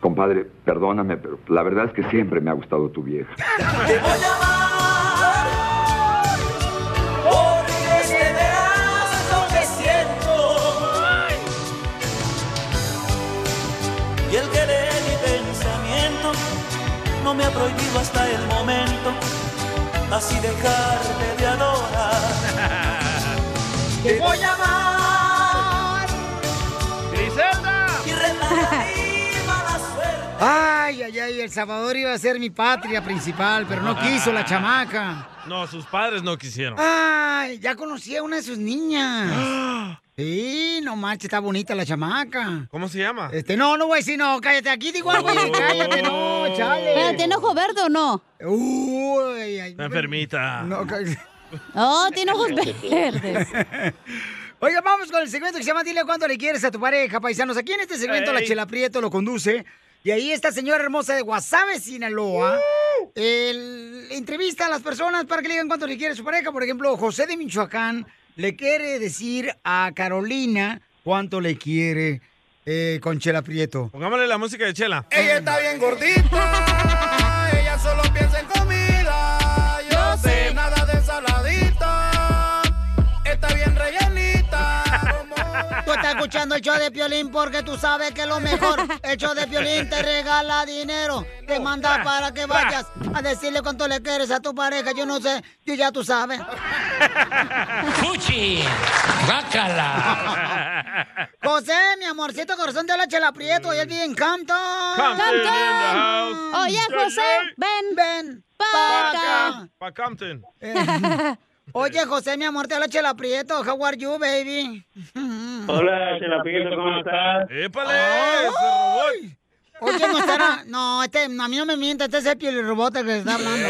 [SPEAKER 5] Compadre, perdóname, pero la verdad es que siempre me ha gustado tu vieja.
[SPEAKER 3] Porque este verano me siento
[SPEAKER 27] había prohibido hasta el momento, así dejarte de adorar.
[SPEAKER 3] Te
[SPEAKER 27] voy a amar.
[SPEAKER 3] ¡Griselda!
[SPEAKER 27] Y
[SPEAKER 1] Ay, ay, ay, El Salvador iba a ser mi patria principal, pero no quiso la chamaca.
[SPEAKER 11] No, sus padres no quisieron.
[SPEAKER 1] Ay, ya conocí a una de sus niñas. Sí, no manches, está bonita la chamaca.
[SPEAKER 11] ¿Cómo se llama?
[SPEAKER 1] Este, no, no, güey, sí, no, cállate, aquí digo algo, oye, cállate, no, chale.
[SPEAKER 4] ¿Pero tiene ojo verde o no?
[SPEAKER 1] Uy, ay,
[SPEAKER 11] Está enfermita.
[SPEAKER 1] no, cállate.
[SPEAKER 4] Oh, tiene ojos verdes.
[SPEAKER 1] Oiga, vamos con el segmento que se llama Dile cuánto le quieres a tu pareja, paisanos. Aquí en este segmento la
[SPEAKER 4] Ey.
[SPEAKER 1] Chela Prieto lo conduce. Y ahí esta señora hermosa de Guasave, Sinaloa, el- entrevista a las personas para que le digan cuánto le quiere a su pareja. Por ejemplo, José de Michoacán le quiere decir a Carolina cuánto le quiere eh, con Chela Prieto.
[SPEAKER 11] Pongámosle la música de Chela.
[SPEAKER 3] Ella está bien gordita, ella solo piensa en comida. Yo no sé nada de saladita, está bien rellenita.
[SPEAKER 1] Tú estás escuchando el show de Piolín porque tú sabes que lo mejor. El show de Piolín te regala dinero. Te manda para que vayas a decirle cuánto le quieres a tu pareja. Yo no sé, yo ya tú sabes.
[SPEAKER 3] ¡Fuchi! ¡Bácala!
[SPEAKER 1] José, mi amorcito corazón de la Chela Prieto. Y él vive en Campton.
[SPEAKER 11] Campton in the house.
[SPEAKER 4] Oye, José,
[SPEAKER 1] ven. Ven.
[SPEAKER 4] pa'
[SPEAKER 1] acá. Eh,
[SPEAKER 11] Pa' Compton.
[SPEAKER 1] Oye, José, mi amor, te habla Chela Prieto. How are you, baby?
[SPEAKER 15] Hola, Chela Prieto, ¿cómo estás?
[SPEAKER 11] ¡Épale!
[SPEAKER 1] Ay. Oye, no estará. No, este, a mí no me miente, este es el piel robota que está hablando.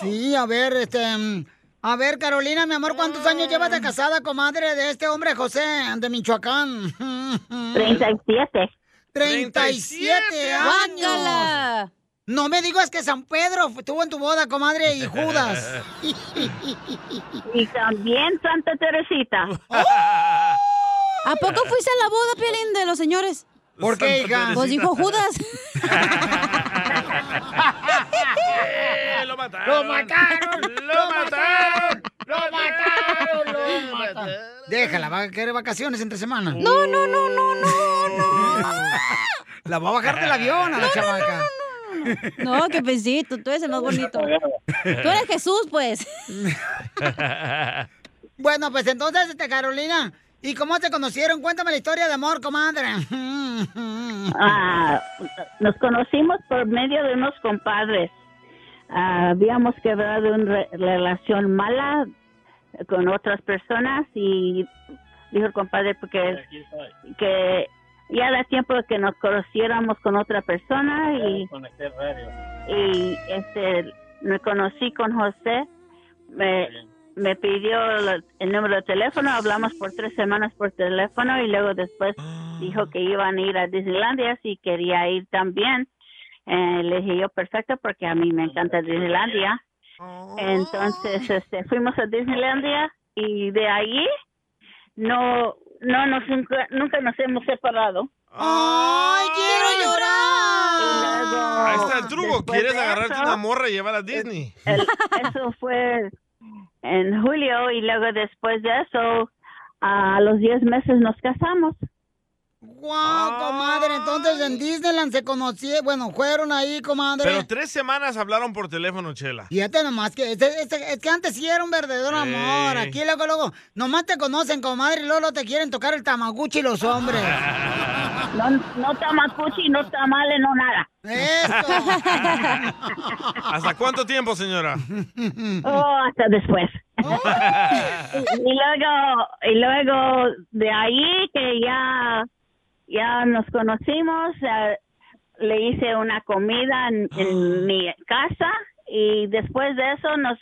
[SPEAKER 1] Sí, a ver, este. mm, A ver, Carolina, mi amor, ¿cuántos años llevas de casada, comadre, de este hombre José, de Michoacán?
[SPEAKER 28] 37.
[SPEAKER 1] 37 años.
[SPEAKER 28] Guácala.
[SPEAKER 1] No me digas que San Pedro estuvo en tu boda, comadre, y Judas.
[SPEAKER 28] Y también Santa Teresita.
[SPEAKER 4] Oh. ¿A poco fuiste a la boda, Piolín, de los señores?
[SPEAKER 1] ¿Por qué, Santa hija? Teresita.
[SPEAKER 4] Pues dijo Judas.
[SPEAKER 3] ¡Lo mataron! ¡Lo mataron! ¡Lo mataron! ¡Lo mataron! ¡Lo mataron!
[SPEAKER 1] Déjala, va a querer vacaciones entre semana.
[SPEAKER 4] No, no, no, no,
[SPEAKER 1] no, no. La va a bajar del avión a la chamaca.
[SPEAKER 4] No, qué besito, tú eres el más bonito. Tú eres Jesús, pues.
[SPEAKER 1] Bueno, pues entonces, este, Carolina, ¿y cómo te conocieron? Cuéntame la historia de amor, comadre.
[SPEAKER 28] Ah, nos conocimos por medio de unos compadres. Ah, habíamos quebrado una re- relación mala con otras personas y dijo el compadre porque que ya era tiempo de que nos conociéramos con otra persona y
[SPEAKER 15] Conecté el radio.
[SPEAKER 28] y este me conocí con José me, me pidió la- el número de teléfono hablamos por tres semanas por teléfono y luego después dijo que iban a ir a Disneylandia si quería ir también Eh, le dije yo perfecto porque a mí me encanta Disneylandia
[SPEAKER 3] Oh.
[SPEAKER 28] entonces este fuimos a Disneylandia y de ahí no no nos nunca, nunca nos hemos separado
[SPEAKER 1] ay quiero llorar
[SPEAKER 11] Ahí está el truco.
[SPEAKER 28] Después
[SPEAKER 11] ¿Quieres
[SPEAKER 28] de
[SPEAKER 11] agarrarte
[SPEAKER 28] eso-
[SPEAKER 11] una morra y llevarla a Disney?
[SPEAKER 28] el- eso fue en julio y luego después de eso, a los 10 meses nos casamos.
[SPEAKER 1] Wow, comadre, entonces en Disneyland se conocieron, bueno, fueron ahí, comadre.
[SPEAKER 11] Pero tres semanas hablaron por teléfono, Chela.
[SPEAKER 1] Fíjate nomás que este- este- es que antes sí era un verdadero amor.
[SPEAKER 11] Ey.
[SPEAKER 1] Aquí luego, luego, nomás te conocen, comadre, y luego, luego te quieren tocar el tamaguchi los hombres.
[SPEAKER 28] No, no tamaguchi, no tamales, no nada.
[SPEAKER 11] ¿Hasta cuánto tiempo, señora?
[SPEAKER 28] Oh, hasta después. Y luego, y luego de ahí que ya, ya nos conocimos, eh, le hice una comida en, en mi casa y después de eso nos,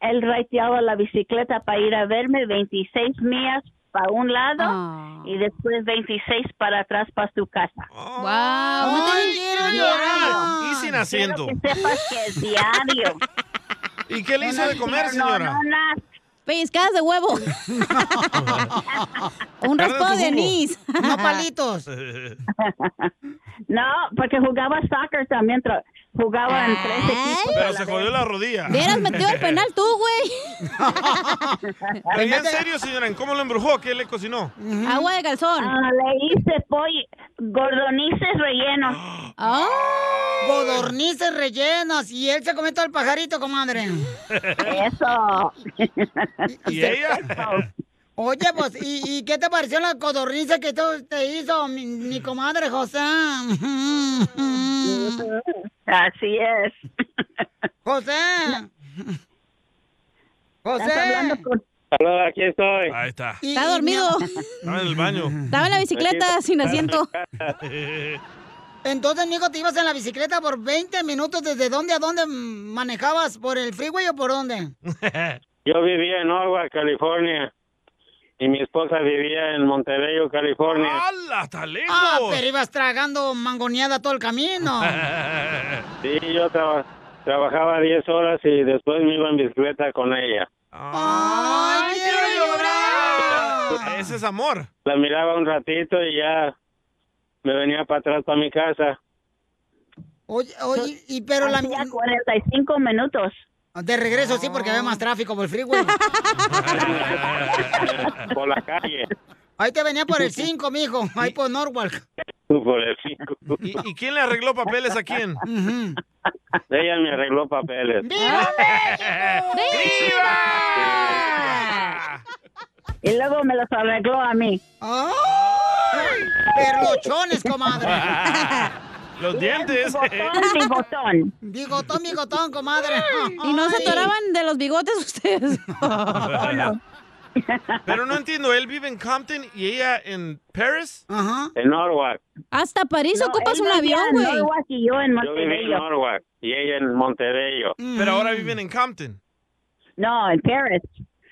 [SPEAKER 28] él raiteaba la bicicleta para ir a verme 26 millas para un lado y después 26 para atrás para su casa.
[SPEAKER 4] ¡Wow!
[SPEAKER 28] no te
[SPEAKER 4] quiero
[SPEAKER 28] llorar.
[SPEAKER 11] Y sin asiento.
[SPEAKER 28] Quiero que sepas que es diario.
[SPEAKER 11] ¿Y qué le hizo de comer, señora?
[SPEAKER 4] Pescadas de huevo.
[SPEAKER 28] Carne
[SPEAKER 4] Un
[SPEAKER 28] en
[SPEAKER 4] raspado
[SPEAKER 28] su
[SPEAKER 4] de
[SPEAKER 28] jugo.
[SPEAKER 4] anís.
[SPEAKER 28] No palitos. No, porque jugaba soccer también. tra-
[SPEAKER 15] Jugaban tres
[SPEAKER 3] Ah.
[SPEAKER 15] equipos.
[SPEAKER 11] Pero se jodió la rodilla.
[SPEAKER 4] Hubieras metido el penal tú, güey.
[SPEAKER 11] Pero ya en serio, señora, ¿en cómo lo embrujó? ¿Qué le cocinó?
[SPEAKER 4] Agua de calzón.
[SPEAKER 15] Ah, le hice pollo, gordonices rellenos.
[SPEAKER 1] Eh, Bodornices rellenas y él se comió todo el pajarito, comadre.
[SPEAKER 15] Eso.
[SPEAKER 1] ¿Y ella? Oye, pues, ¿y, y qué te pareció la codorniza que tú te hizo mi, mi comadre José?
[SPEAKER 15] Así es.
[SPEAKER 1] José.
[SPEAKER 15] Estás
[SPEAKER 1] José.
[SPEAKER 15] hablando con-
[SPEAKER 14] Hola, aquí estoy.
[SPEAKER 11] Ahí está.
[SPEAKER 4] Está dormido.
[SPEAKER 11] Estaba en el baño.
[SPEAKER 4] Estaba en la bicicleta sin asiento.
[SPEAKER 1] Entonces, mijo, te ibas en la bicicleta por 20 minutos. ¿Desde dónde a dónde manejabas? ¿Por el freeway o por dónde?
[SPEAKER 14] Yo vivía en Orwa, California. Y mi esposa vivía en Monterrey, California.
[SPEAKER 11] ¡Hala, está lejos!
[SPEAKER 1] Ah, pero ibas tragando mangoneada todo el camino.
[SPEAKER 14] Sí, yo traba- trabajaba 10 horas y después me iba en bicicleta con ella.
[SPEAKER 1] ¡Ay, quiero llorar!
[SPEAKER 11] Ese es amor.
[SPEAKER 14] La miraba un ratito y ya me venía para atrás para mi casa.
[SPEAKER 1] Oye, oye, y pero la...
[SPEAKER 15] 45 minutos.
[SPEAKER 1] De regreso, sí, porque
[SPEAKER 4] Ah.
[SPEAKER 1] había más tráfico por el freeway.
[SPEAKER 14] por la calle.
[SPEAKER 1] Ahí te venía por el 5, mijo. Ahí por Norwalk.
[SPEAKER 14] Por el cinco.
[SPEAKER 11] ¿Y quién le arregló papeles a quién?
[SPEAKER 14] Ella me arregló papeles.
[SPEAKER 15] Y luego me los arregló a mí.
[SPEAKER 1] Perlochones, comadre.
[SPEAKER 11] Los dientes.
[SPEAKER 15] bigotón.
[SPEAKER 1] Bigotón, bigotón, comadre.
[SPEAKER 4] Y no se atoraban de los bigotes ustedes.
[SPEAKER 11] Pero no entiendo, él vive en Compton y ella en Paris.
[SPEAKER 1] Ajá.
[SPEAKER 14] En Norwalk.
[SPEAKER 4] Hasta París ocupas un avión, güey.
[SPEAKER 15] Y yo en
[SPEAKER 14] Yo viví en Norwalk y ella en Monterrey.
[SPEAKER 11] Pero ahora viven en Compton.
[SPEAKER 15] No, en Paris.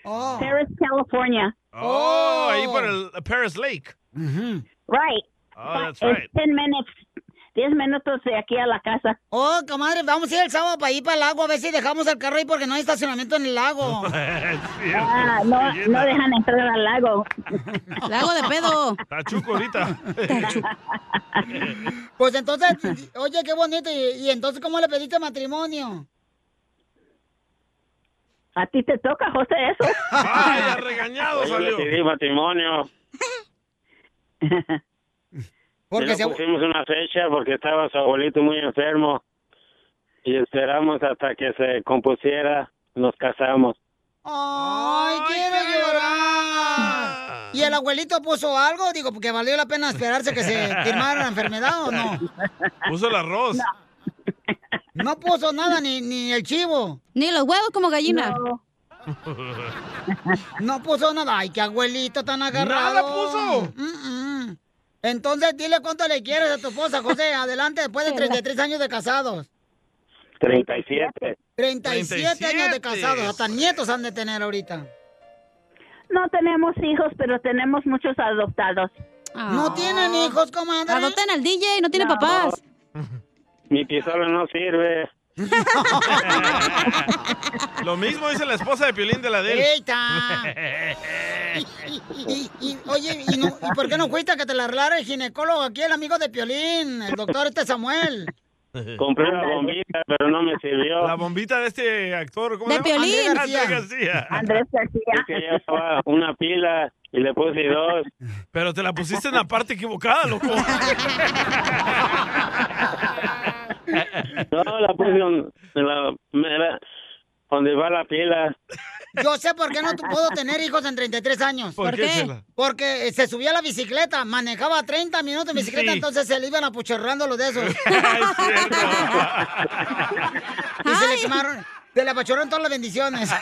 [SPEAKER 4] Oh.
[SPEAKER 15] Paris, California.
[SPEAKER 11] Oh, ahí por el Paris Lake.
[SPEAKER 15] Right. Este-
[SPEAKER 11] Oh,
[SPEAKER 15] It's
[SPEAKER 11] that's right.
[SPEAKER 15] 10 minutes. 10 minutos de aquí a la casa.
[SPEAKER 1] Oh, comadre, vamos a ir el sábado para ir para el lago a ver si dejamos el carro ahí porque no hay estacionamiento en el lago.
[SPEAKER 15] Ah, no, no dejan entrar al lago.
[SPEAKER 1] Lago de pedo.
[SPEAKER 11] Tachuco ahorita.
[SPEAKER 1] Pues entonces, oye, qué bonito. ¿Y, y entonces cómo le pediste matrimonio?
[SPEAKER 15] A ti te toca, José, eso.
[SPEAKER 11] Vaya, regañado
[SPEAKER 14] Yo le
[SPEAKER 11] salió.
[SPEAKER 14] pedí matrimonio.
[SPEAKER 11] Porque
[SPEAKER 14] Porque
[SPEAKER 11] se-
[SPEAKER 14] pusimos una fecha porque estaba su abuelito muy enfermo y esperamos hasta que se compusiera. Nos casamos.
[SPEAKER 1] ¡Ay, quiero llorar! ¿Y el abuelito puso algo? Digo, porque valió la pena esperarse que se firmara la enfermedad o no.
[SPEAKER 11] Puso el arroz.
[SPEAKER 1] No puso nada, ni, ni el chivo.
[SPEAKER 4] Ni los huevos como gallina.
[SPEAKER 1] No. puso nada. Ay, qué abuelito tan agarrado.
[SPEAKER 4] Nada puso.
[SPEAKER 1] Mm, mm. Entonces, dile cuánto le quieres a tu esposa, José. Adelante, después de 33 años de casados.
[SPEAKER 14] 37.
[SPEAKER 1] 37, años de casados. Hasta nietos han de tener ahorita.
[SPEAKER 15] No tenemos hijos, pero tenemos muchos adoptados.
[SPEAKER 1] No tienen hijos, comadre.
[SPEAKER 4] Adoptan al DJ, no tiene papás.
[SPEAKER 14] Mi pistola no sirve.
[SPEAKER 11] Lo mismo dice la esposa de Piolín de la de él.
[SPEAKER 1] Y, y- oye, y, no- ¿y por qué no fuiste a que te la arreglara el ginecólogo aquí, el amigo de Piolín, el doctor este Samuel?
[SPEAKER 14] Compré la bombita, pero no me sirvió.
[SPEAKER 11] La bombita de este actor, ¿cómo
[SPEAKER 14] De
[SPEAKER 11] se llama?
[SPEAKER 14] Piolín.
[SPEAKER 11] Andrés García.
[SPEAKER 15] Andrés García.
[SPEAKER 14] Es que llevaba una pila y le puse dos.
[SPEAKER 11] Pero te la pusiste en la parte equivocada, loco.
[SPEAKER 14] No, la puse en la, mera- donde va la pila.
[SPEAKER 1] Yo sé por qué no tu- puedo tener hijos en 33 años.
[SPEAKER 14] ¿Por ¿Por qué, qué? Chela?
[SPEAKER 1] Porque eh, se subía a la bicicleta, manejaba 30 minutos en bicicleta,
[SPEAKER 14] Sí.
[SPEAKER 1] entonces se le iban apucherrando los de esos. y se le quemaron, se le apachurraron todas las bendiciones.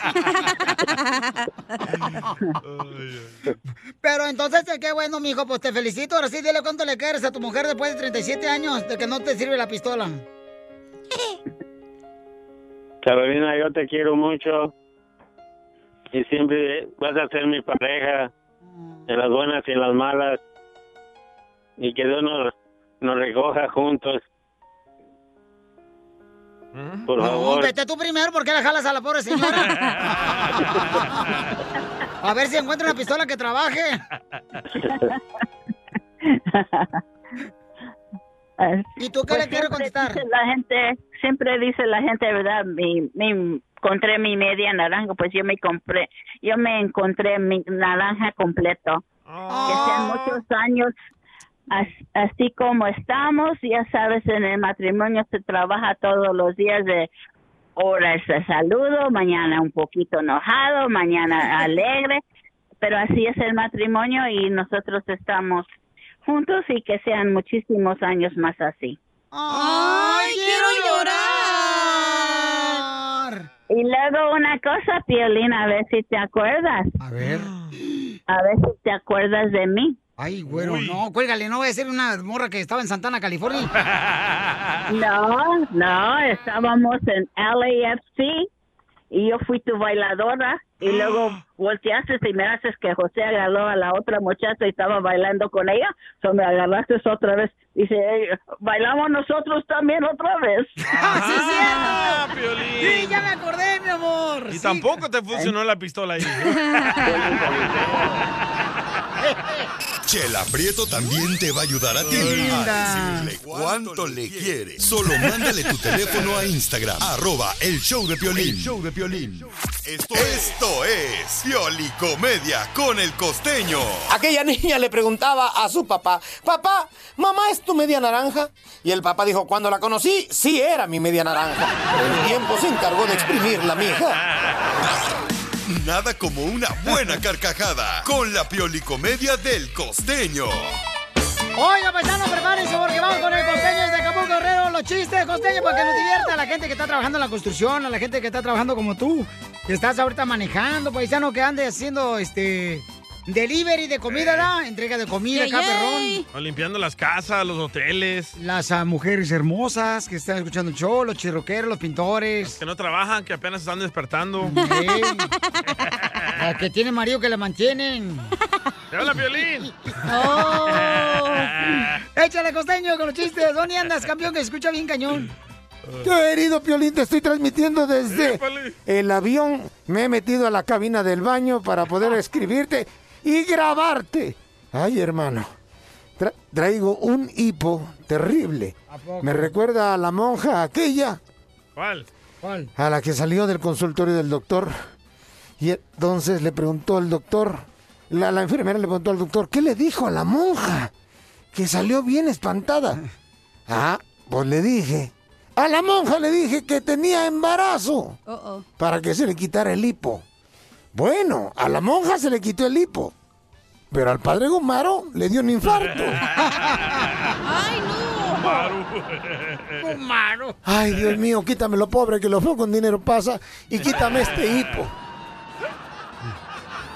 [SPEAKER 1] Pero entonces, eh, qué bueno, mijo, pues te felicito. Ahora sí, dile cuánto le quieres a tu mujer después de 37 años de que no te sirve la pistola.
[SPEAKER 14] Carolina, yo te quiero mucho y siempre vas a ser mi pareja, en las buenas y en las malas, y que Dios nos, nos recoja juntos. Por
[SPEAKER 1] No,
[SPEAKER 14] favor.
[SPEAKER 1] vete tú primero porque la jalas a la pobre señora. A ver si encuentra una pistola que trabaje.
[SPEAKER 28] eh,
[SPEAKER 29] ¿Y tú qué le quieres
[SPEAKER 28] siempre
[SPEAKER 29] contestar?
[SPEAKER 28] dice La gente, siempre dice la gente, ¿verdad? Mi, mi, encontré mi media naranja, pues yo me compré, yo me encontré mi naranja completo. Que
[SPEAKER 29] Ah.
[SPEAKER 28] sean muchos años, as- así como estamos, ya sabes, en el matrimonio se trabaja todos los días de horas de saludo, mañana un poquito enojado, mañana alegre, pero así es el matrimonio y nosotros estamos juntos y que sean muchísimos años más así.
[SPEAKER 3] ¡Ay, quiero llorar!
[SPEAKER 28] Y luego una cosa, Piolina, a ver si te acuerdas.
[SPEAKER 1] A ver.
[SPEAKER 28] A ver si te acuerdas de mí.
[SPEAKER 1] Ay, güero, no, cuélgale, no voy a ser una morra que estaba en Santana, California.
[SPEAKER 28] No, no, estábamos en LAFC y yo fui tu bailadora y luego volteaste y me haces que José agarró a la otra muchacha y estaba bailando con ella, so me agarraste otra vez. Dice, "Ey, bailamos nosotros también otra vez.
[SPEAKER 11] Ah, Piolín.
[SPEAKER 1] Sí, ya me acordé, mi amor.
[SPEAKER 11] Y
[SPEAKER 1] Sí.
[SPEAKER 11] tampoco te funcionó la pistola ahí.
[SPEAKER 5] Chela Prieto también te va a ayudar a ti a
[SPEAKER 3] Linda.
[SPEAKER 5] decirle cuánto le quiere. Solo mándale tu teléfono a Instagram, arroba el show de Piolín.
[SPEAKER 3] El
[SPEAKER 5] show de Piolín. Esto, esto es Pioli Comedia con el costeño.
[SPEAKER 20] Aquella niña le preguntaba a su papá, papá, mamá es tu media naranja. Y el papá dijo, cuando la conocí, sí era mi media naranja. El tiempo se encargó de exprimirla, mija.
[SPEAKER 5] Nada como una buena carcajada con la Pioli Comedia del costeño.
[SPEAKER 1] Oiga, paisano, prepárense porque vamos con el costeño desde Acapulco, Guerrero. Los chistes, costeño, para que nos divierta a la gente que está trabajando en la construcción, a la gente que está trabajando como tú, que estás ahorita manejando, paisano, que ande haciendo este delivery de comida, ¿verdad? Entrega de comida, acá, perrón.
[SPEAKER 11] O limpiando las casas, los hoteles.
[SPEAKER 1] Las ah, mujeres hermosas que están escuchando el show, los chirroqueros, los pintores,
[SPEAKER 11] Que no trabajan, que apenas están despertando.
[SPEAKER 1] Ey. las que tienen marido que la mantienen.
[SPEAKER 11] ¡Te habla Piolín! Ah,
[SPEAKER 1] Oh. Échale, costeño, con los chistes. ¿Dónde andas, campeón, que se escucha bien cañón?
[SPEAKER 20] Querido Piolín, te estoy transmitiendo desde
[SPEAKER 1] Épale.
[SPEAKER 20] el avión. Me he metido a la cabina del baño para poder escribirte y grabarte. Ay, hermano, tra- traigo un hipo terrible.
[SPEAKER 3] ¿A poco?
[SPEAKER 20] Me recuerda a la monja aquella
[SPEAKER 11] ¿Cuál?
[SPEAKER 1] ¿Cuál?
[SPEAKER 20] a la que salió del consultorio del doctor. Y entonces le preguntó al doctor, la, la enfermera le preguntó al doctor, ¿qué le dijo a la monja? Que salió bien espantada. Ah, pues le dije, a la monja le dije que tenía embarazo para que se le quitara el hipo. Bueno, a la monja se le quitó el hipo, pero al padre Gomaro le dio un infarto.
[SPEAKER 3] ¡Ay, no!
[SPEAKER 1] ¡Humaro!
[SPEAKER 20] Ay, Dios mío, quítame lo pobre que lo feo con dinero pasa y quítame este hipo.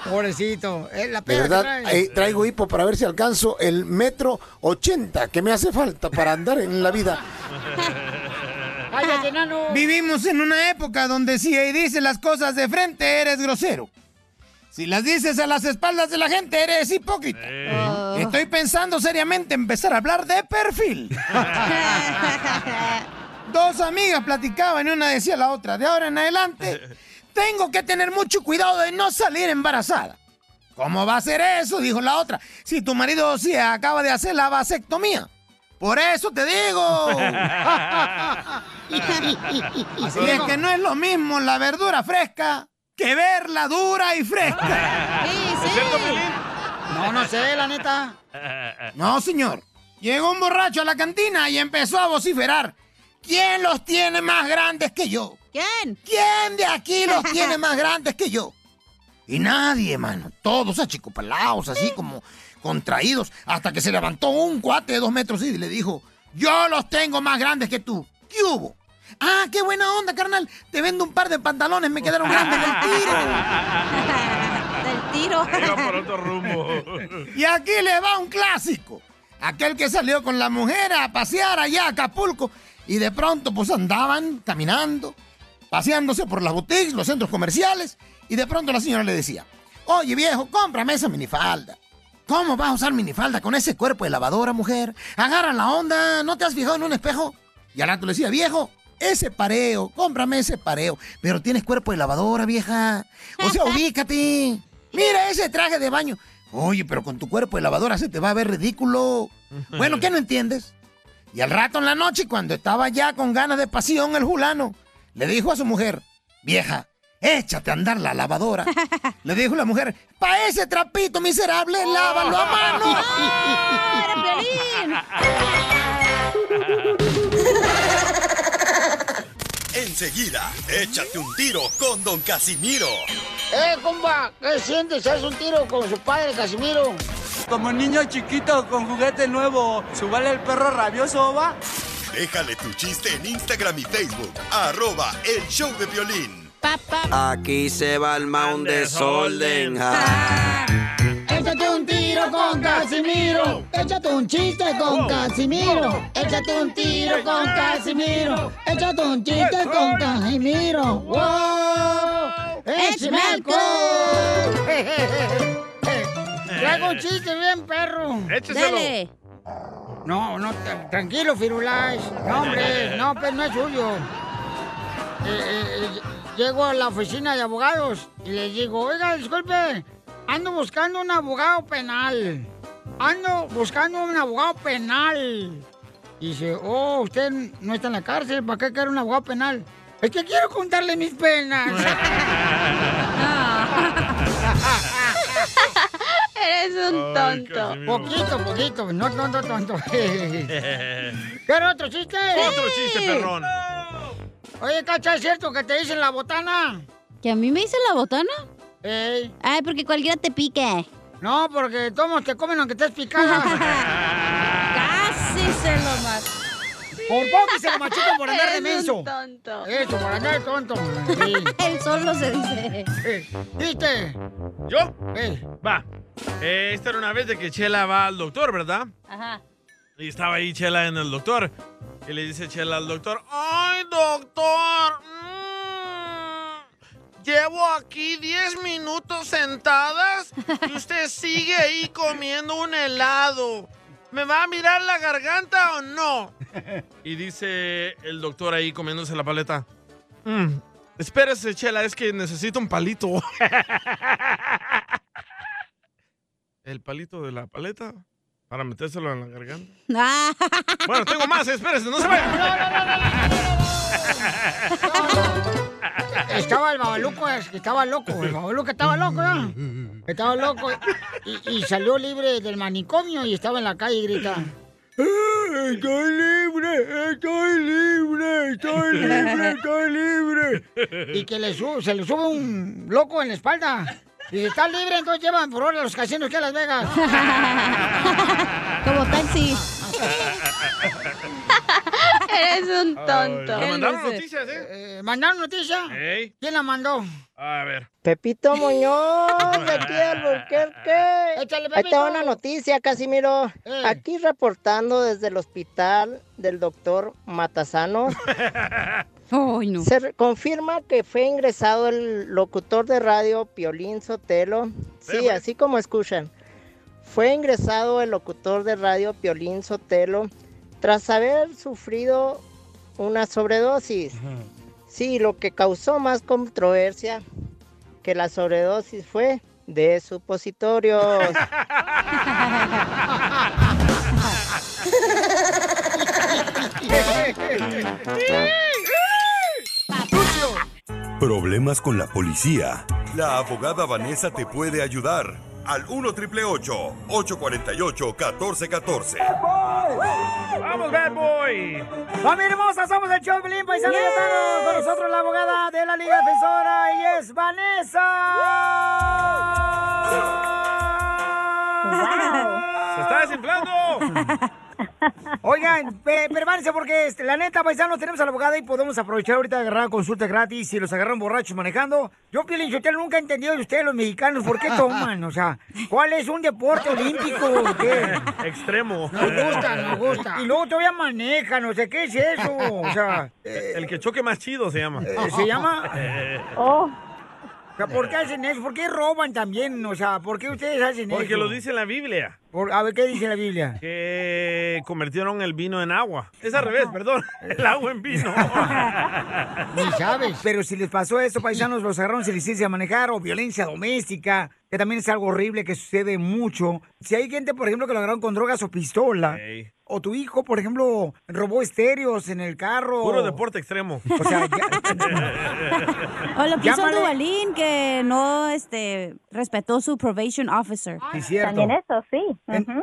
[SPEAKER 1] Pobrecito, es la
[SPEAKER 20] De
[SPEAKER 1] pera que
[SPEAKER 20] verdad,
[SPEAKER 1] trae.
[SPEAKER 20] eh, traigo hipo para ver si alcanzo el metro 80 que me hace falta para andar en la vida.
[SPEAKER 1] ¡Cállate, enano!
[SPEAKER 16] Vivimos en una época donde si dices las cosas de frente eres grosero. Si las dices a las espaldas de la gente eres hipócrita.
[SPEAKER 3] Oh.
[SPEAKER 16] Estoy pensando seriamente empezar a hablar de perfil. Dos amigas platicaban y una decía a la otra, de ahora en adelante tengo que tener mucho cuidado de no salir embarazada. ¿Cómo va a ser eso? Dijo la otra. Si tu marido se acaba de hacer la vasectomía. Por eso te digo. y es que no es lo mismo la verdura fresca que verla dura y fresca.
[SPEAKER 1] No, no sé, la neta.
[SPEAKER 3] eh,
[SPEAKER 16] No, señor. Llegó un borracho a la cantina y empezó a vociferar. ¿Quién los tiene más grandes que yo? ¿Quién? ¿Quién de aquí los tiene más grandes que yo? Y nadie, mano. Todos achicopalados, así como contraídos, hasta que se levantó un cuate de dos metros y le dijo, yo los tengo más grandes que tú. ¿Qué hubo? Ah, qué buena onda, carnal. Te vendo un par de pantalones, me quedaron grandes del
[SPEAKER 11] Ah.
[SPEAKER 16] tiro. del
[SPEAKER 11] Iba por otro rumbo.
[SPEAKER 16] y aquí le va un clásico. Aquel que salió con la mujer a pasear allá a Acapulco y de pronto pues andaban caminando, paseándose por las boutiques, los centros comerciales y de pronto la señora le decía, oye viejo, cómprame esa minifalda. ¿Cómo vas a usar minifalda con ese cuerpo de lavadora, mujer? Agarra la onda, ¿no te has fijado en un espejo? Y al rato le decía, viejo, ese pareo, cómprame ese pareo. Pero tienes cuerpo de lavadora, vieja. O sea, ubícate. Mira ese traje de baño. Oye, pero con tu cuerpo de lavadora se te va a ver ridículo. Bueno, ¿qué no entiendes?
[SPEAKER 9] Y al rato en la noche, cuando estaba ya con ganas de pasión, el fulano le dijo a su mujer, vieja, échate a andar la lavadora. le dijo la mujer, pa' ese trapito miserable, lávalo a mano.
[SPEAKER 5] Enseguida, échate un tiro con Don Casimiro.
[SPEAKER 1] ¡Eh, compa! ¿Qué sientes? ¿Haz un tiro con su padre, Casimiro?
[SPEAKER 17] Como niño chiquito con juguete nuevo, ¿subale el perro rabioso, va?
[SPEAKER 5] Déjale tu chiste en Instagram y Facebook. Arroba el show de violín.
[SPEAKER 18] Aquí se va el mound desorden. Ah.
[SPEAKER 1] Échate un tiro con Casimiro. Échate un chiste con Casimiro. Échate un tiro con Casimiro. Échate un chiste con Casimiro. ¡Wow! ¡Échame alcohol! Traigo un chiste bien, perro.
[SPEAKER 24] Écheselo. Dele.
[SPEAKER 1] No, no, tra- tranquilo, Firulais. No, hombre, no, pues no es suyo. Eh, eh, eh, llego a la oficina de abogados y les digo, oiga, disculpe, ando buscando un abogado penal. Ando buscando un abogado penal. Y dice, oh, usted no está en la cárcel, ¿para qué quiere un abogado penal? Es que quiero contarle mis penas.
[SPEAKER 3] Eres un Ay, tonto. Casimiro.
[SPEAKER 1] Poquito, poquito. No tonto, tonto. ¿Quieren otro chiste?
[SPEAKER 3] Otro chiste, perrón.
[SPEAKER 1] Oye, Cacha, ¿es cierto que te dicen la botana?
[SPEAKER 4] ¿Que a mí me dicen la botana?
[SPEAKER 1] Ey.
[SPEAKER 4] Ay, porque cualquiera te pique.
[SPEAKER 1] No, porque todos te comen aunque estés picada.
[SPEAKER 4] Casi se lo mató.
[SPEAKER 1] Por poco se lo machucan por andar de
[SPEAKER 4] Eres
[SPEAKER 1] menso.
[SPEAKER 4] un tonto.
[SPEAKER 1] Eso, por andar de tonto. El
[SPEAKER 4] solo se dice.
[SPEAKER 1] ¿Viste?
[SPEAKER 11] ¿Yo?
[SPEAKER 1] Eh.
[SPEAKER 11] Va. Eh, esta era una vez de que Chela va al doctor, ¿verdad?
[SPEAKER 4] Ajá.
[SPEAKER 11] Y estaba ahí Chela en el doctor. Y le dice Chela al doctor,
[SPEAKER 3] Ay, doctor. mm, Llevo aquí 10 minutos sentadas y usted sigue ahí comiendo un helado. ¿Me va a mirar la garganta o no?
[SPEAKER 11] Y dice el doctor ahí comiéndose la paleta. "Mm, espérese, Chela, es que necesito un palito. ¿El palito de la paleta? Para metérselo en la garganta. Bueno, tengo más, espérese, no se vaya.
[SPEAKER 1] Estaba el babaluco, es que estaba loco. El babaluco estaba loco, ¿no? Estaba loco. Y, y salió libre del manicomio y estaba en la calle y grita. Estoy libre, estoy libre, estoy libre, estoy libre. Y que le su- se le sube un loco en la espalda. Y si está libre, entonces llevan por hora a los casinos que a Las Vegas.
[SPEAKER 4] Como taxi.
[SPEAKER 1] Eres un
[SPEAKER 3] tonto. Ay, mandaron noticias,
[SPEAKER 1] ¿eh? ¿Mandaron noticias? ¿Quién la mandó?
[SPEAKER 11] A ver.
[SPEAKER 19] Pepito Muñoz,
[SPEAKER 1] Ah.
[SPEAKER 19] de aquí de Alburquerque.
[SPEAKER 1] Échale,
[SPEAKER 19] Ahí
[SPEAKER 1] Pepito.
[SPEAKER 19] está una noticia, Casimiro.
[SPEAKER 1] Eh.
[SPEAKER 19] Aquí reportando desde el hospital del doctor Matasanos. Se re- confirma que fue ingresado el locutor de radio Piolín Sotelo. Sí, así como escuchan. Fue ingresado el locutor de radio Piolín Sotelo tras haber sufrido una sobredosis. Sí, lo que causó más controversia que la sobredosis fue de supositorios.
[SPEAKER 5] Problemas con la policía. La abogada Vanessa te puede ayudar. Al 1 triple 848 1414.
[SPEAKER 11] ¡Vamos, bad boy!
[SPEAKER 1] ¡Familia hermosa! Somos el show Pelín Paisano ya estamos Con nosotros la abogada de la Liga Defensora y es Vanessa.
[SPEAKER 11] ¡Se está desinflando!
[SPEAKER 1] Oigan, pe- permanece porque este, la neta, paisanos, tenemos a la abogada y podemos aprovechar ahorita de agarrar consulta gratis si los agarran borrachos manejando. Yo, Piolín, yo nunca he entendido de ustedes, los mexicanos, por qué toman, o sea, ¿cuál es un deporte olímpico? o qué?
[SPEAKER 11] Extremo.
[SPEAKER 1] Nos gusta, nos gusta. Y luego todavía manejan, o sea, ¿qué es eso? O sea,
[SPEAKER 11] el que choque más chido se llama. Eh,
[SPEAKER 1] Eh, ¿se llama? Oh. O sea, ¿por qué hacen eso? ¿Por qué roban también? O sea, ¿por qué ustedes hacen eso?
[SPEAKER 11] Porque lo dice la Biblia.
[SPEAKER 1] Por- a ver, ¿qué dice la Biblia?
[SPEAKER 11] Que convirtieron el vino en agua. Es al revés, perdón.
[SPEAKER 1] Eh.
[SPEAKER 11] El agua en vino.
[SPEAKER 1] Ni sabes. Pero si les pasó esto, paisanos, los agarraron sin licencia a manejar o violencia doméstica, que también es algo horrible que sucede mucho. Si hay gente, por ejemplo, que lo agarraron con drogas o pistola, o tu hijo, por ejemplo, robó estéreos en el carro.
[SPEAKER 11] Puro deporte extremo.
[SPEAKER 1] O sea,
[SPEAKER 4] O lo que hizo
[SPEAKER 1] Llámale.
[SPEAKER 4] Duvalín, que no este, respetó su probation officer.
[SPEAKER 1] Sí, cierto. eso, sí.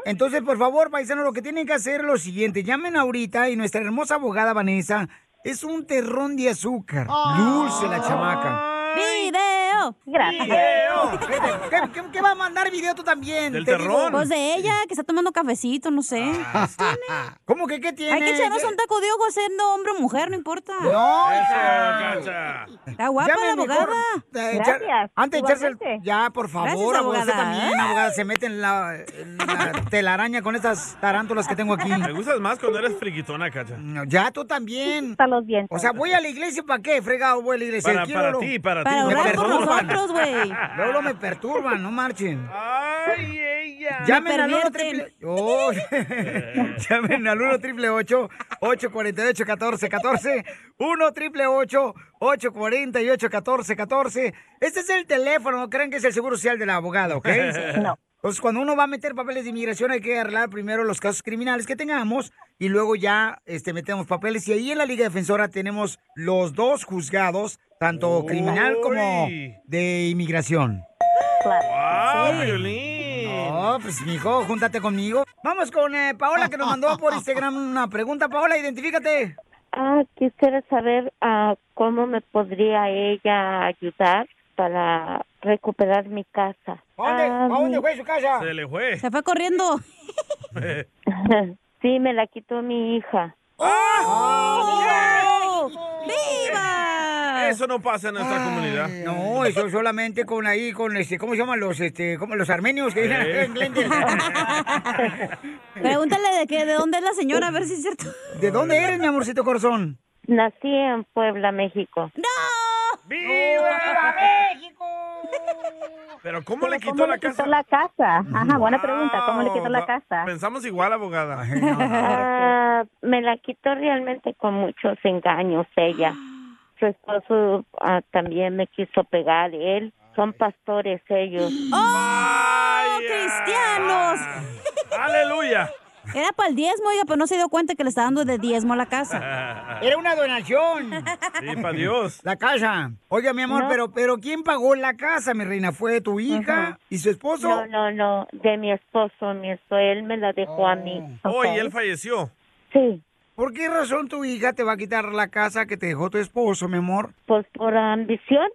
[SPEAKER 1] Entonces, por favor, paisanos, lo que tienen que hacer es lo siguiente. Llamen ahorita y nuestra hermosa abogada Vanessa es un terrón de azúcar. Dulce la chamaca.
[SPEAKER 4] ¡Video!
[SPEAKER 1] Gracias. Video. ¿Qué, qué, qué va a mandar video tú también? Te digo. Ah.
[SPEAKER 4] Pues de ella, que está tomando cafecito, no sé.
[SPEAKER 1] ¿Cómo que qué tiene?
[SPEAKER 4] Hay que echarnos un taco de ojo siendo hombre o mujer, no importa.
[SPEAKER 1] No, hija.
[SPEAKER 4] Está guapa
[SPEAKER 1] Llame
[SPEAKER 4] la abogada.
[SPEAKER 1] mejor, eh, echar- Antes de echarse el- Ya, por favor,
[SPEAKER 4] Gracias,
[SPEAKER 1] abogada.
[SPEAKER 4] abogada.
[SPEAKER 1] Usted
[SPEAKER 11] ¿eh?
[SPEAKER 1] también, abogada, se mete en la, en la telaraña con estas tarántulas que tengo aquí.
[SPEAKER 11] Me gustas más cuando eres friquitona, Cacha.
[SPEAKER 1] No, ya, tú también. Para los dientes. O sea, voy a la iglesia, ¿para qué, fregado? Voy a la iglesia.
[SPEAKER 11] Para-
[SPEAKER 1] Quiero
[SPEAKER 11] para
[SPEAKER 1] lo-
[SPEAKER 11] ti, para ti. Para
[SPEAKER 1] Me
[SPEAKER 11] orar por
[SPEAKER 1] perturban.
[SPEAKER 11] nosotros, güey.
[SPEAKER 1] Luego me perturban, no marchen.
[SPEAKER 11] Ay, ella.
[SPEAKER 1] Llamen al 1 triple... Oh, Llamen al 1 triple 848 1414 1 triple 848 1414 Este es el teléfono, no crean que es el seguro social de la abogada, ¿ok?
[SPEAKER 3] No.
[SPEAKER 1] Entonces, cuando uno va a meter papeles de inmigración, hay que arreglar primero los casos criminales que tengamos y luego ya este, metemos papeles. Y ahí en la Liga Defensora tenemos los dos juzgados, tanto criminal como de inmigración.
[SPEAKER 11] Ah,
[SPEAKER 1] Sí.
[SPEAKER 11] Piolín.
[SPEAKER 1] No, pues mijo, júntate conmigo. Vamos con eh, Paola que nos mandó por Instagram una pregunta. Paola, identifícate.
[SPEAKER 30] Ah, quisiera saber ah, cómo me podría ella ayudar para recuperar mi casa. Ah, mi-
[SPEAKER 11] Se le fue.
[SPEAKER 4] Se fue corriendo.
[SPEAKER 30] sí, me la quitó mi hija.
[SPEAKER 11] ¡Viva! Eso no pasa en nuestra comunidad.
[SPEAKER 1] No, eso solamente con ahí, con este, ¿cómo se llaman los, este, como los armenios que viven
[SPEAKER 11] Eh.
[SPEAKER 1] en Glendale?
[SPEAKER 4] Pregúntale de qué, de dónde es la señora, a ver si es cierto.
[SPEAKER 1] ¿De dónde eres, mi amorcito corazón?
[SPEAKER 30] Nací en Puebla, México.
[SPEAKER 11] ¡Viva
[SPEAKER 1] México!
[SPEAKER 11] Pero ¿cómo le quitó
[SPEAKER 30] ¿Cómo
[SPEAKER 11] la
[SPEAKER 30] le quitó
[SPEAKER 11] casa?
[SPEAKER 30] la casa? Ajá, buena pregunta. ¿Cómo le quitó la
[SPEAKER 11] Ah,
[SPEAKER 30] casa?
[SPEAKER 11] Pensamos igual, abogada.
[SPEAKER 30] Ah, me la quitó realmente con muchos engaños ella. Su esposo ah, también me quiso pegar. Él son pastores ellos.
[SPEAKER 11] ¡Oh,
[SPEAKER 4] cristianos!
[SPEAKER 11] ¡Aleluya!
[SPEAKER 4] Era para el diezmo, oiga, pero no se dio cuenta que le está dando de diezmo a la casa.
[SPEAKER 1] Era una donación.
[SPEAKER 11] Sí, para Dios.
[SPEAKER 1] La casa. Oiga, mi amor,
[SPEAKER 30] No.
[SPEAKER 1] pero, pero ¿quién pagó la casa, mi reina? ¿Fue tu hija
[SPEAKER 30] Ajá.
[SPEAKER 1] y su esposo?
[SPEAKER 30] No, no, no, de mi esposo, mi esposo, él me la dejó a mí.
[SPEAKER 11] Oh,
[SPEAKER 30] Ok.
[SPEAKER 11] y él falleció.
[SPEAKER 30] Sí,
[SPEAKER 1] ¿Por qué razón tu hija te va a quitar la casa que te dejó tu esposo, mi amor?
[SPEAKER 30] pues por ambición,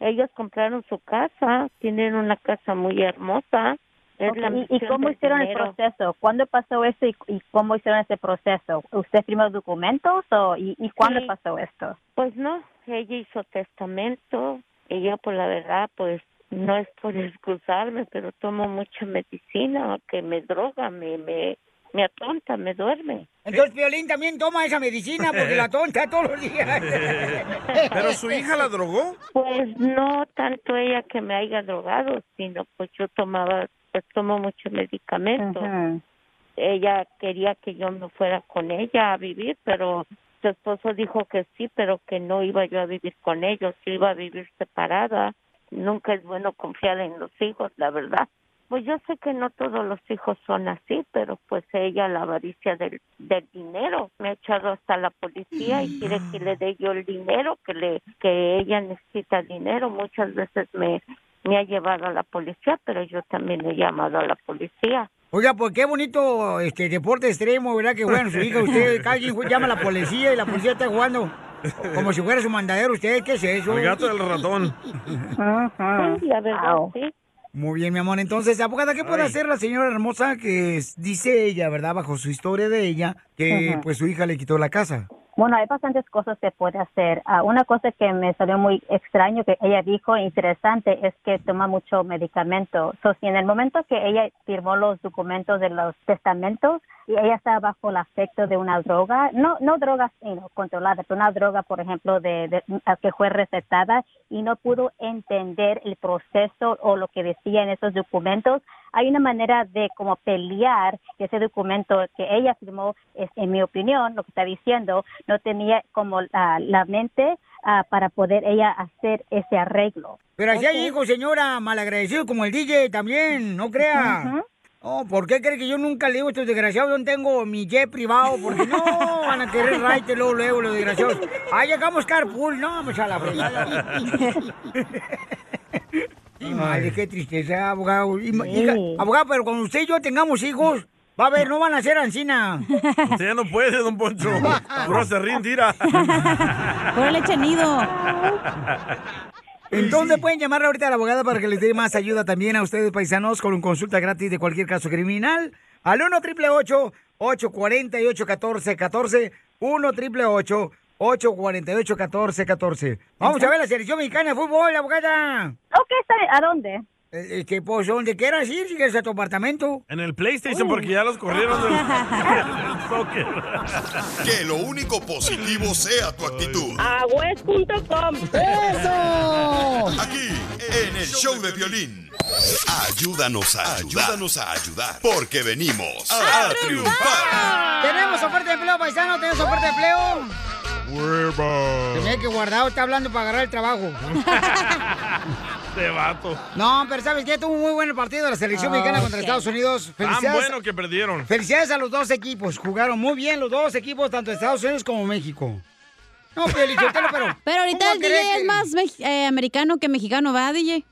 [SPEAKER 30] ellos compraron su casa, tienen una casa muy hermosa. Es
[SPEAKER 31] Ok,
[SPEAKER 30] la
[SPEAKER 31] ¿y- ¿Y,
[SPEAKER 30] ambición
[SPEAKER 31] cómo
[SPEAKER 30] del
[SPEAKER 31] hicieron el
[SPEAKER 30] dinero.
[SPEAKER 31] proceso? ¿Cuándo pasó esto y, y cómo hicieron ese proceso? ¿Usted firmó documentos o, y, y cuándo
[SPEAKER 30] Sí.
[SPEAKER 31] pasó esto?
[SPEAKER 30] Pues no, ella hizo testamento y yo por la verdad pues no es por excusarme, pero tomo mucha medicina que me droga, me, me, me atonta, me duerme.
[SPEAKER 1] Entonces, Piolín también toma esa medicina porque la tonta todos los días.
[SPEAKER 11] ¿Pero su hija la drogó?
[SPEAKER 30] Pues no tanto ella que me haya drogado, sino pues yo tomaba, pues tomo mucho medicamento.
[SPEAKER 31] Ujú.
[SPEAKER 30] Ella quería que yo me fuera con ella a vivir, pero su esposo dijo que sí, pero que no iba yo a vivir con ellos, yo iba a vivir separada. Nunca es bueno confiar en los hijos, la verdad. Pues yo sé que no todos los hijos son así, pero pues ella, la avaricia del, del dinero, me ha echado hasta la policía y quiere que le dé yo el dinero, que le que ella necesita dinero. Muchas veces me, me ha llevado a la policía, pero yo también he llamado a la policía.
[SPEAKER 1] Oiga, pues qué bonito este deporte extremo, ¿verdad? Que juegan su hija, usted, cada quien jue- llama a la policía y la policía está jugando como si fuera su mandadero, usted, ¿qué es eso?
[SPEAKER 11] El gato del ratón.
[SPEAKER 30] Sí, la verdad,
[SPEAKER 1] Au.
[SPEAKER 30] sí.
[SPEAKER 1] Muy bien, mi amor. Entonces, abogada, ¿qué puede
[SPEAKER 30] Ay.
[SPEAKER 1] hacer la señora hermosa que es- dice ella, verdad, bajo su historia de ella, que
[SPEAKER 31] Ajá.
[SPEAKER 1] pues su hija le quitó la casa?
[SPEAKER 31] Bueno, hay bastantes cosas que puede hacer. Ah, una cosa que me salió muy extraño que ella dijo, interesante, es que toma mucho medicamento. So, si en el momento que ella firmó los documentos de los testamentos y ella está bajo el afecto de una droga, no no drogas you know, controladas, pero una droga, por ejemplo, de, de- a que fue recetada y no pudo entender el proceso o lo que decía en esos documentos, hay una manera de como pelear que ese documento que ella firmó, es, en mi opinión, lo que está diciendo, no tenía como la, la mente ah, para poder ella hacer ese arreglo.
[SPEAKER 1] Pero así hay hijos, señora, malagradecido como el DJ también, no crea. Oh, ¿por qué cree que yo nunca le digo a estos desgraciados dónde tengo mi jet privado? Porque no van a querer raite luego, luego, los desgraciados. Ah, llegamos carpool, no, vamos a la fregada. Y madre, qué tristeza, abogado. Y- hija, abogado, pero cuando usted y yo tengamos hijos, va a ver, no van a ser ancina.
[SPEAKER 11] Usted ya no puede, don Poncho. Puro serrín, tira.
[SPEAKER 1] Por leche nido.
[SPEAKER 11] Pues
[SPEAKER 1] Entonces pueden llamar ahorita a la abogada para que les dé más ayuda también a ustedes, paisanos, con consulta gratis de cualquier caso criminal. Al 1 888 848 1414 1 888 848 1414 Vamos a ver la selección mexicana de fútbol, abogada.
[SPEAKER 7] Ok, está bien. ¿A dónde?
[SPEAKER 1] Eh, eh, que pues donde quieras ir, si quieres a tu apartamento. Uh.
[SPEAKER 11] En el PlayStation, porque ya los corrieron del, del soccer.
[SPEAKER 5] Que lo único positivo sea tu actitud.
[SPEAKER 7] Agüez.com.
[SPEAKER 5] ¡Eso! Aquí, en el show de violín. Ayúdanos a ayudar. Ayúdanos a ayudar. Porque venimos a, triunfar.
[SPEAKER 1] Tenemos oferta de empleo, paisano, tenemos oferta de empleo. Tenía que guardado, está hablando para agarrar el trabajo.
[SPEAKER 11] Este vato.
[SPEAKER 1] No, pero ¿sabes qué? Tuvo un muy buen partido la selección
[SPEAKER 11] Ah,
[SPEAKER 1] mexicana contra
[SPEAKER 11] ok.
[SPEAKER 1] Estados Unidos.
[SPEAKER 11] Tan
[SPEAKER 1] Felicidades,
[SPEAKER 11] bueno que perdieron.
[SPEAKER 1] felicidades a los dos equipos. Jugaron muy bien los dos equipos, tanto Estados Unidos como México. No, pero pero...
[SPEAKER 4] Pero ahorita
[SPEAKER 1] ¿cómo
[SPEAKER 4] el
[SPEAKER 1] cree
[SPEAKER 4] DJ es
[SPEAKER 1] que-
[SPEAKER 4] más mexi- eh, americano que mexicano, ¿va, DJ?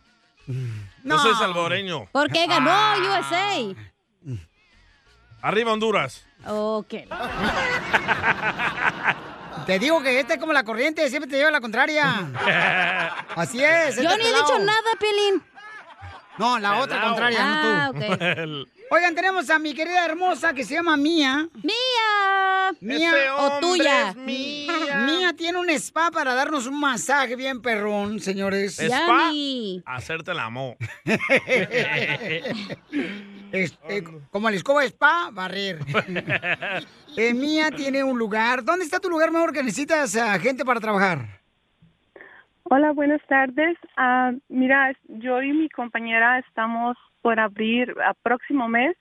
[SPEAKER 11] Yo soy salvadoreño.
[SPEAKER 4] Porque ganó
[SPEAKER 1] Ah.
[SPEAKER 4] USA.
[SPEAKER 11] Arriba Honduras.
[SPEAKER 4] Ok.
[SPEAKER 1] Te digo que esta es como la corriente, siempre te lleva la contraria. Así es.
[SPEAKER 4] Yo
[SPEAKER 1] este
[SPEAKER 4] ni he
[SPEAKER 1] pelao.
[SPEAKER 4] dicho nada, Pelín.
[SPEAKER 1] No, la otra
[SPEAKER 4] Pelao.
[SPEAKER 1] contraria,
[SPEAKER 4] Ah,
[SPEAKER 1] no tú. Oigan, tenemos a mi querida hermosa que se llama Mía.
[SPEAKER 4] ¡Mía!
[SPEAKER 1] Mía
[SPEAKER 4] Ese
[SPEAKER 1] o
[SPEAKER 4] hombre
[SPEAKER 1] tuya.
[SPEAKER 4] es
[SPEAKER 1] mía. tiene un spa para darnos un masaje bien perrón, señores.
[SPEAKER 11] Spa. Hacerte el amor.
[SPEAKER 1] Este, como el escoba spa, barrer. Eh, mía tiene un lugar. ¿Dónde está tu lugar mejor que necesitas a gente para trabajar?
[SPEAKER 8] Hola, buenas tardes. Ah, mira, es- yo y mi compañera estamos por abrir a próximo mes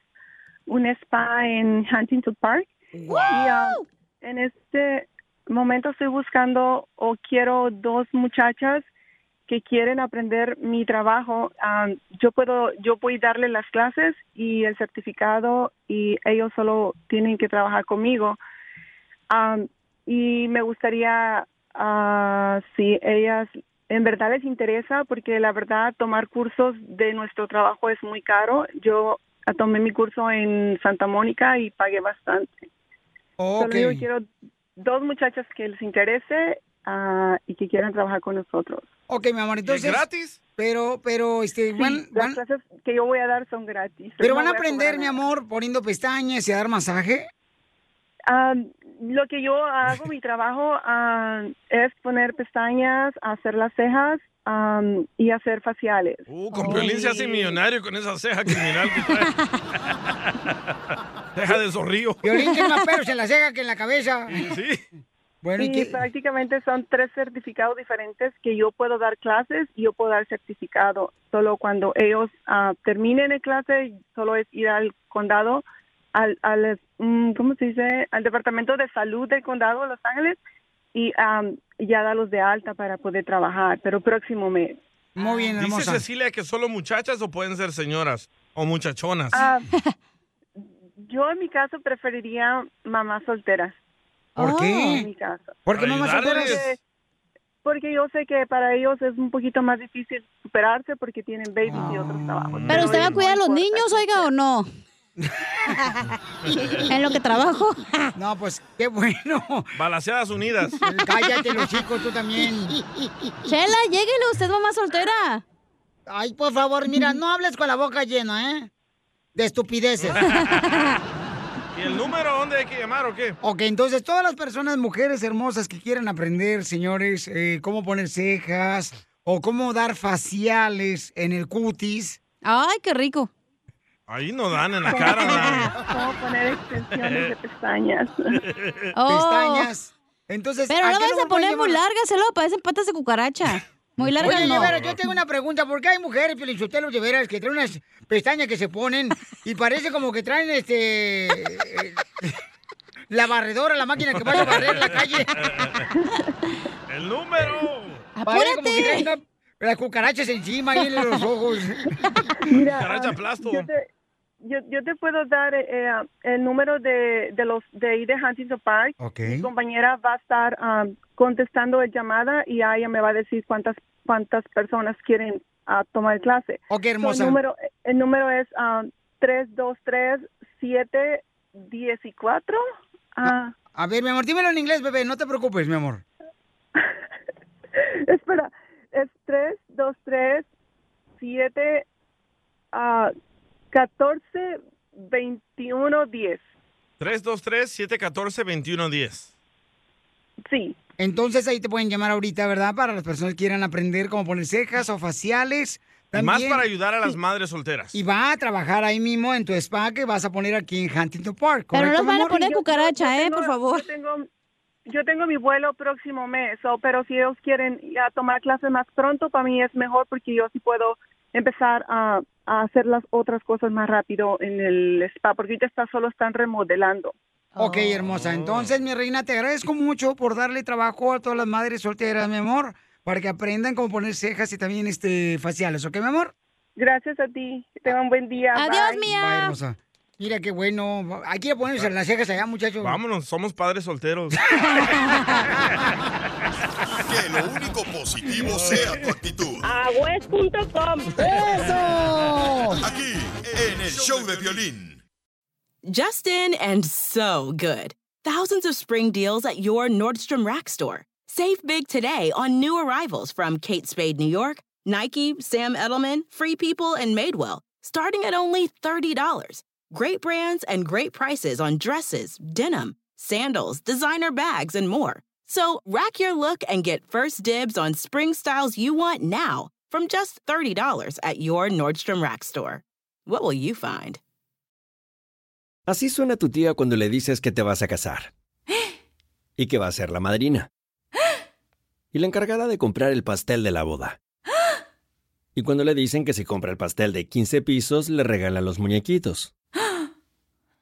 [SPEAKER 8] un spa en Huntington Park. Y ah, en este momento estoy buscando o quiero dos muchachas que quieren aprender mi trabajo. Ah, yo puedo, yo voy a darle las clases y el certificado y ellos solo tienen que trabajar conmigo. Am, y me gustaría ah, si ellas en verdad les interesa, porque la verdad tomar cursos de nuestro trabajo es muy caro. Yo tomé mi curso en Santa Mónica y pagué bastante. Solo
[SPEAKER 1] Ok.
[SPEAKER 8] digo, quiero dos muchachas que les interese ah, y que quieran trabajar con nosotros.
[SPEAKER 1] Ok, mi amor, entonces.
[SPEAKER 8] gratis?
[SPEAKER 1] Pero, pero, este,
[SPEAKER 8] Sí,
[SPEAKER 1] van-
[SPEAKER 8] las
[SPEAKER 1] van-
[SPEAKER 8] clases que yo voy a dar son gratis.
[SPEAKER 1] pero
[SPEAKER 8] No
[SPEAKER 1] van a
[SPEAKER 8] voy cobrar nada.
[SPEAKER 1] aprender, mi amor, poniendo pestañas y a dar masaje.
[SPEAKER 8] Am, Ah, lo que yo hago, mi trabajo, am, es poner pestañas, hacer las cejas am, y hacer faciales.
[SPEAKER 11] Uh, Con Piolín se hace millonario con esa ceja criminal que trae. Ceja de zorrillo.
[SPEAKER 1] Violín tiene más pelos en la ceja que en la cabeza. Bueno, ¿y
[SPEAKER 8] Sí,
[SPEAKER 1] qué-
[SPEAKER 8] prácticamente son tres certificados diferentes que yo puedo dar clases y yo puedo dar certificado. Solo cuando ellos ah, terminen el clase, solo es ir al condado, al, al mm, ¿cómo se dice? Al departamento de salud del condado de Los Ángeles y am, ya darlos de alta para poder trabajar, pero próximo mes.
[SPEAKER 1] Muy bien,
[SPEAKER 11] Dice Cecilia que solo muchachas o pueden ser señoras o muchachonas.
[SPEAKER 8] Ah, yo en mi caso preferiría mamá soltera.
[SPEAKER 11] ¿Por qué?
[SPEAKER 8] En mi caso.
[SPEAKER 11] ¿Por qué mamás Ayudarles. solteras?
[SPEAKER 8] Porque yo sé que para ellos es un poquito más difícil superarse porque tienen babies y otros trabajos.
[SPEAKER 4] Pero usted va a cuidar a los niños, oiga, o no? en lo que trabajo.
[SPEAKER 1] No, pues qué bueno.
[SPEAKER 11] Balaseadas unidas.
[SPEAKER 1] Cállate, los chicos, tú también.
[SPEAKER 4] Chela, lléguele, usted es mamá soltera.
[SPEAKER 1] Ay, por favor, mira, no hables con la boca llena, ¿eh? De estupideces.
[SPEAKER 11] ¿Y el número dónde hay que llamar o qué?
[SPEAKER 1] ok, entonces, todas las personas, mujeres hermosas que quieran aprender, señores, eh, cómo poner cejas o cómo dar faciales en el cutis.
[SPEAKER 4] Ay, qué rico.
[SPEAKER 11] Ahí no dan en la cara.
[SPEAKER 8] ¿Cómo poner extensiones de pestañas?
[SPEAKER 1] Pestañas. Entonces,
[SPEAKER 4] Oh. Pero
[SPEAKER 1] ¿a
[SPEAKER 4] no
[SPEAKER 1] qué
[SPEAKER 4] vas
[SPEAKER 1] lugar
[SPEAKER 4] a poner
[SPEAKER 1] pueden
[SPEAKER 4] muy
[SPEAKER 1] llamar?
[SPEAKER 4] largas, se lo parecen patas de cucaracha. Muy largas
[SPEAKER 1] Oye,
[SPEAKER 4] no.
[SPEAKER 1] Rivera, yo tengo una pregunta. ¿Por qué hay mujeres, Pielichotelos, de veras, que traen unas pestañas que se ponen y parece como que traen, este... eh, la barredora, la máquina que va a barrer la calle?
[SPEAKER 11] El número.
[SPEAKER 1] Parece como que traen una- las cucarachas encima y en los ojos.
[SPEAKER 8] Mira,
[SPEAKER 11] Cucaracha
[SPEAKER 8] ah,
[SPEAKER 11] aplasto.
[SPEAKER 8] Yo te, yo, yo te puedo dar eh, el número de, de los de ahí de Huntington Park.
[SPEAKER 1] Ok.
[SPEAKER 8] Mi compañera va a estar ah, contestando la llamada y a ella me va a decir cuántas cuántas personas quieren ah, tomar clase.
[SPEAKER 1] Ok,
[SPEAKER 8] hermosa. El número, el número es ah, 323-714. Ah,
[SPEAKER 1] A ver, mi amor, dímelo en inglés, bebé, no te preocupes, mi amor.
[SPEAKER 8] espera, es 323-714. ah, 14 21 10.
[SPEAKER 11] 323-714-2110.
[SPEAKER 8] Sí.
[SPEAKER 1] Entonces ahí te pueden llamar ahorita, ¿verdad? Para las personas que quieran aprender cómo poner cejas o faciales.
[SPEAKER 11] Y Más
[SPEAKER 1] también.
[SPEAKER 11] para ayudar a las madres solteras.
[SPEAKER 1] Y va a trabajar ahí mismo en tu spa que vas a poner aquí en Huntington Park. ¿correcto, mi amor?
[SPEAKER 8] Yo- yo-
[SPEAKER 1] ¿eh?
[SPEAKER 8] yo tengo- Yo tengo, yo tengo mi vuelo próximo mes, so, pero si ellos quieren ya tomar clases más pronto, para mí es mejor porque yo sí puedo empezar a, a hacer las otras cosas más rápido en el spa, porque ahorita está, solo están remodelando.
[SPEAKER 1] Ok, hermosa. Entonces, mi reina, te agradezco mucho por darle trabajo a todas las madres solteras, mi amor, para que aprendan cómo poner cejas y también este faciales, ¿ok, mi amor?
[SPEAKER 8] Gracias a ti. Que tengan un buen día.
[SPEAKER 1] Adiós,
[SPEAKER 8] Bye.
[SPEAKER 1] mía. Bye, hermosa. Mira qué bueno. Hay que ponerse las cejas allá, muchachos.
[SPEAKER 11] Vámonos, somos padres solteros.
[SPEAKER 5] Que lo único positivo sea tu actitud.
[SPEAKER 32] Agüez.com.
[SPEAKER 5] ¡Eso! Aquí, en el show de violín.
[SPEAKER 33] Justin and so good. Thousands of spring deals at your Nordstrom Rack store. Save big today on new arrivals from Kate Spade New York, Nike, Sam Edelman, Free People, and Madewell, starting at only $30. Great brands and great prices on dresses, denim, sandals, designer bags, and more. So rack your look and get first dibs on spring styles you want now from just $30 at your Nordstrom Rack store. What will you find?
[SPEAKER 18] Así suena tu tía cuando le dices que te vas a casar. Y que va a ser la madrina. Y la encargada de comprar el pastel de la boda. Y cuando le dicen que si compra el pastel de 15 pisos, le regalan los muñequitos.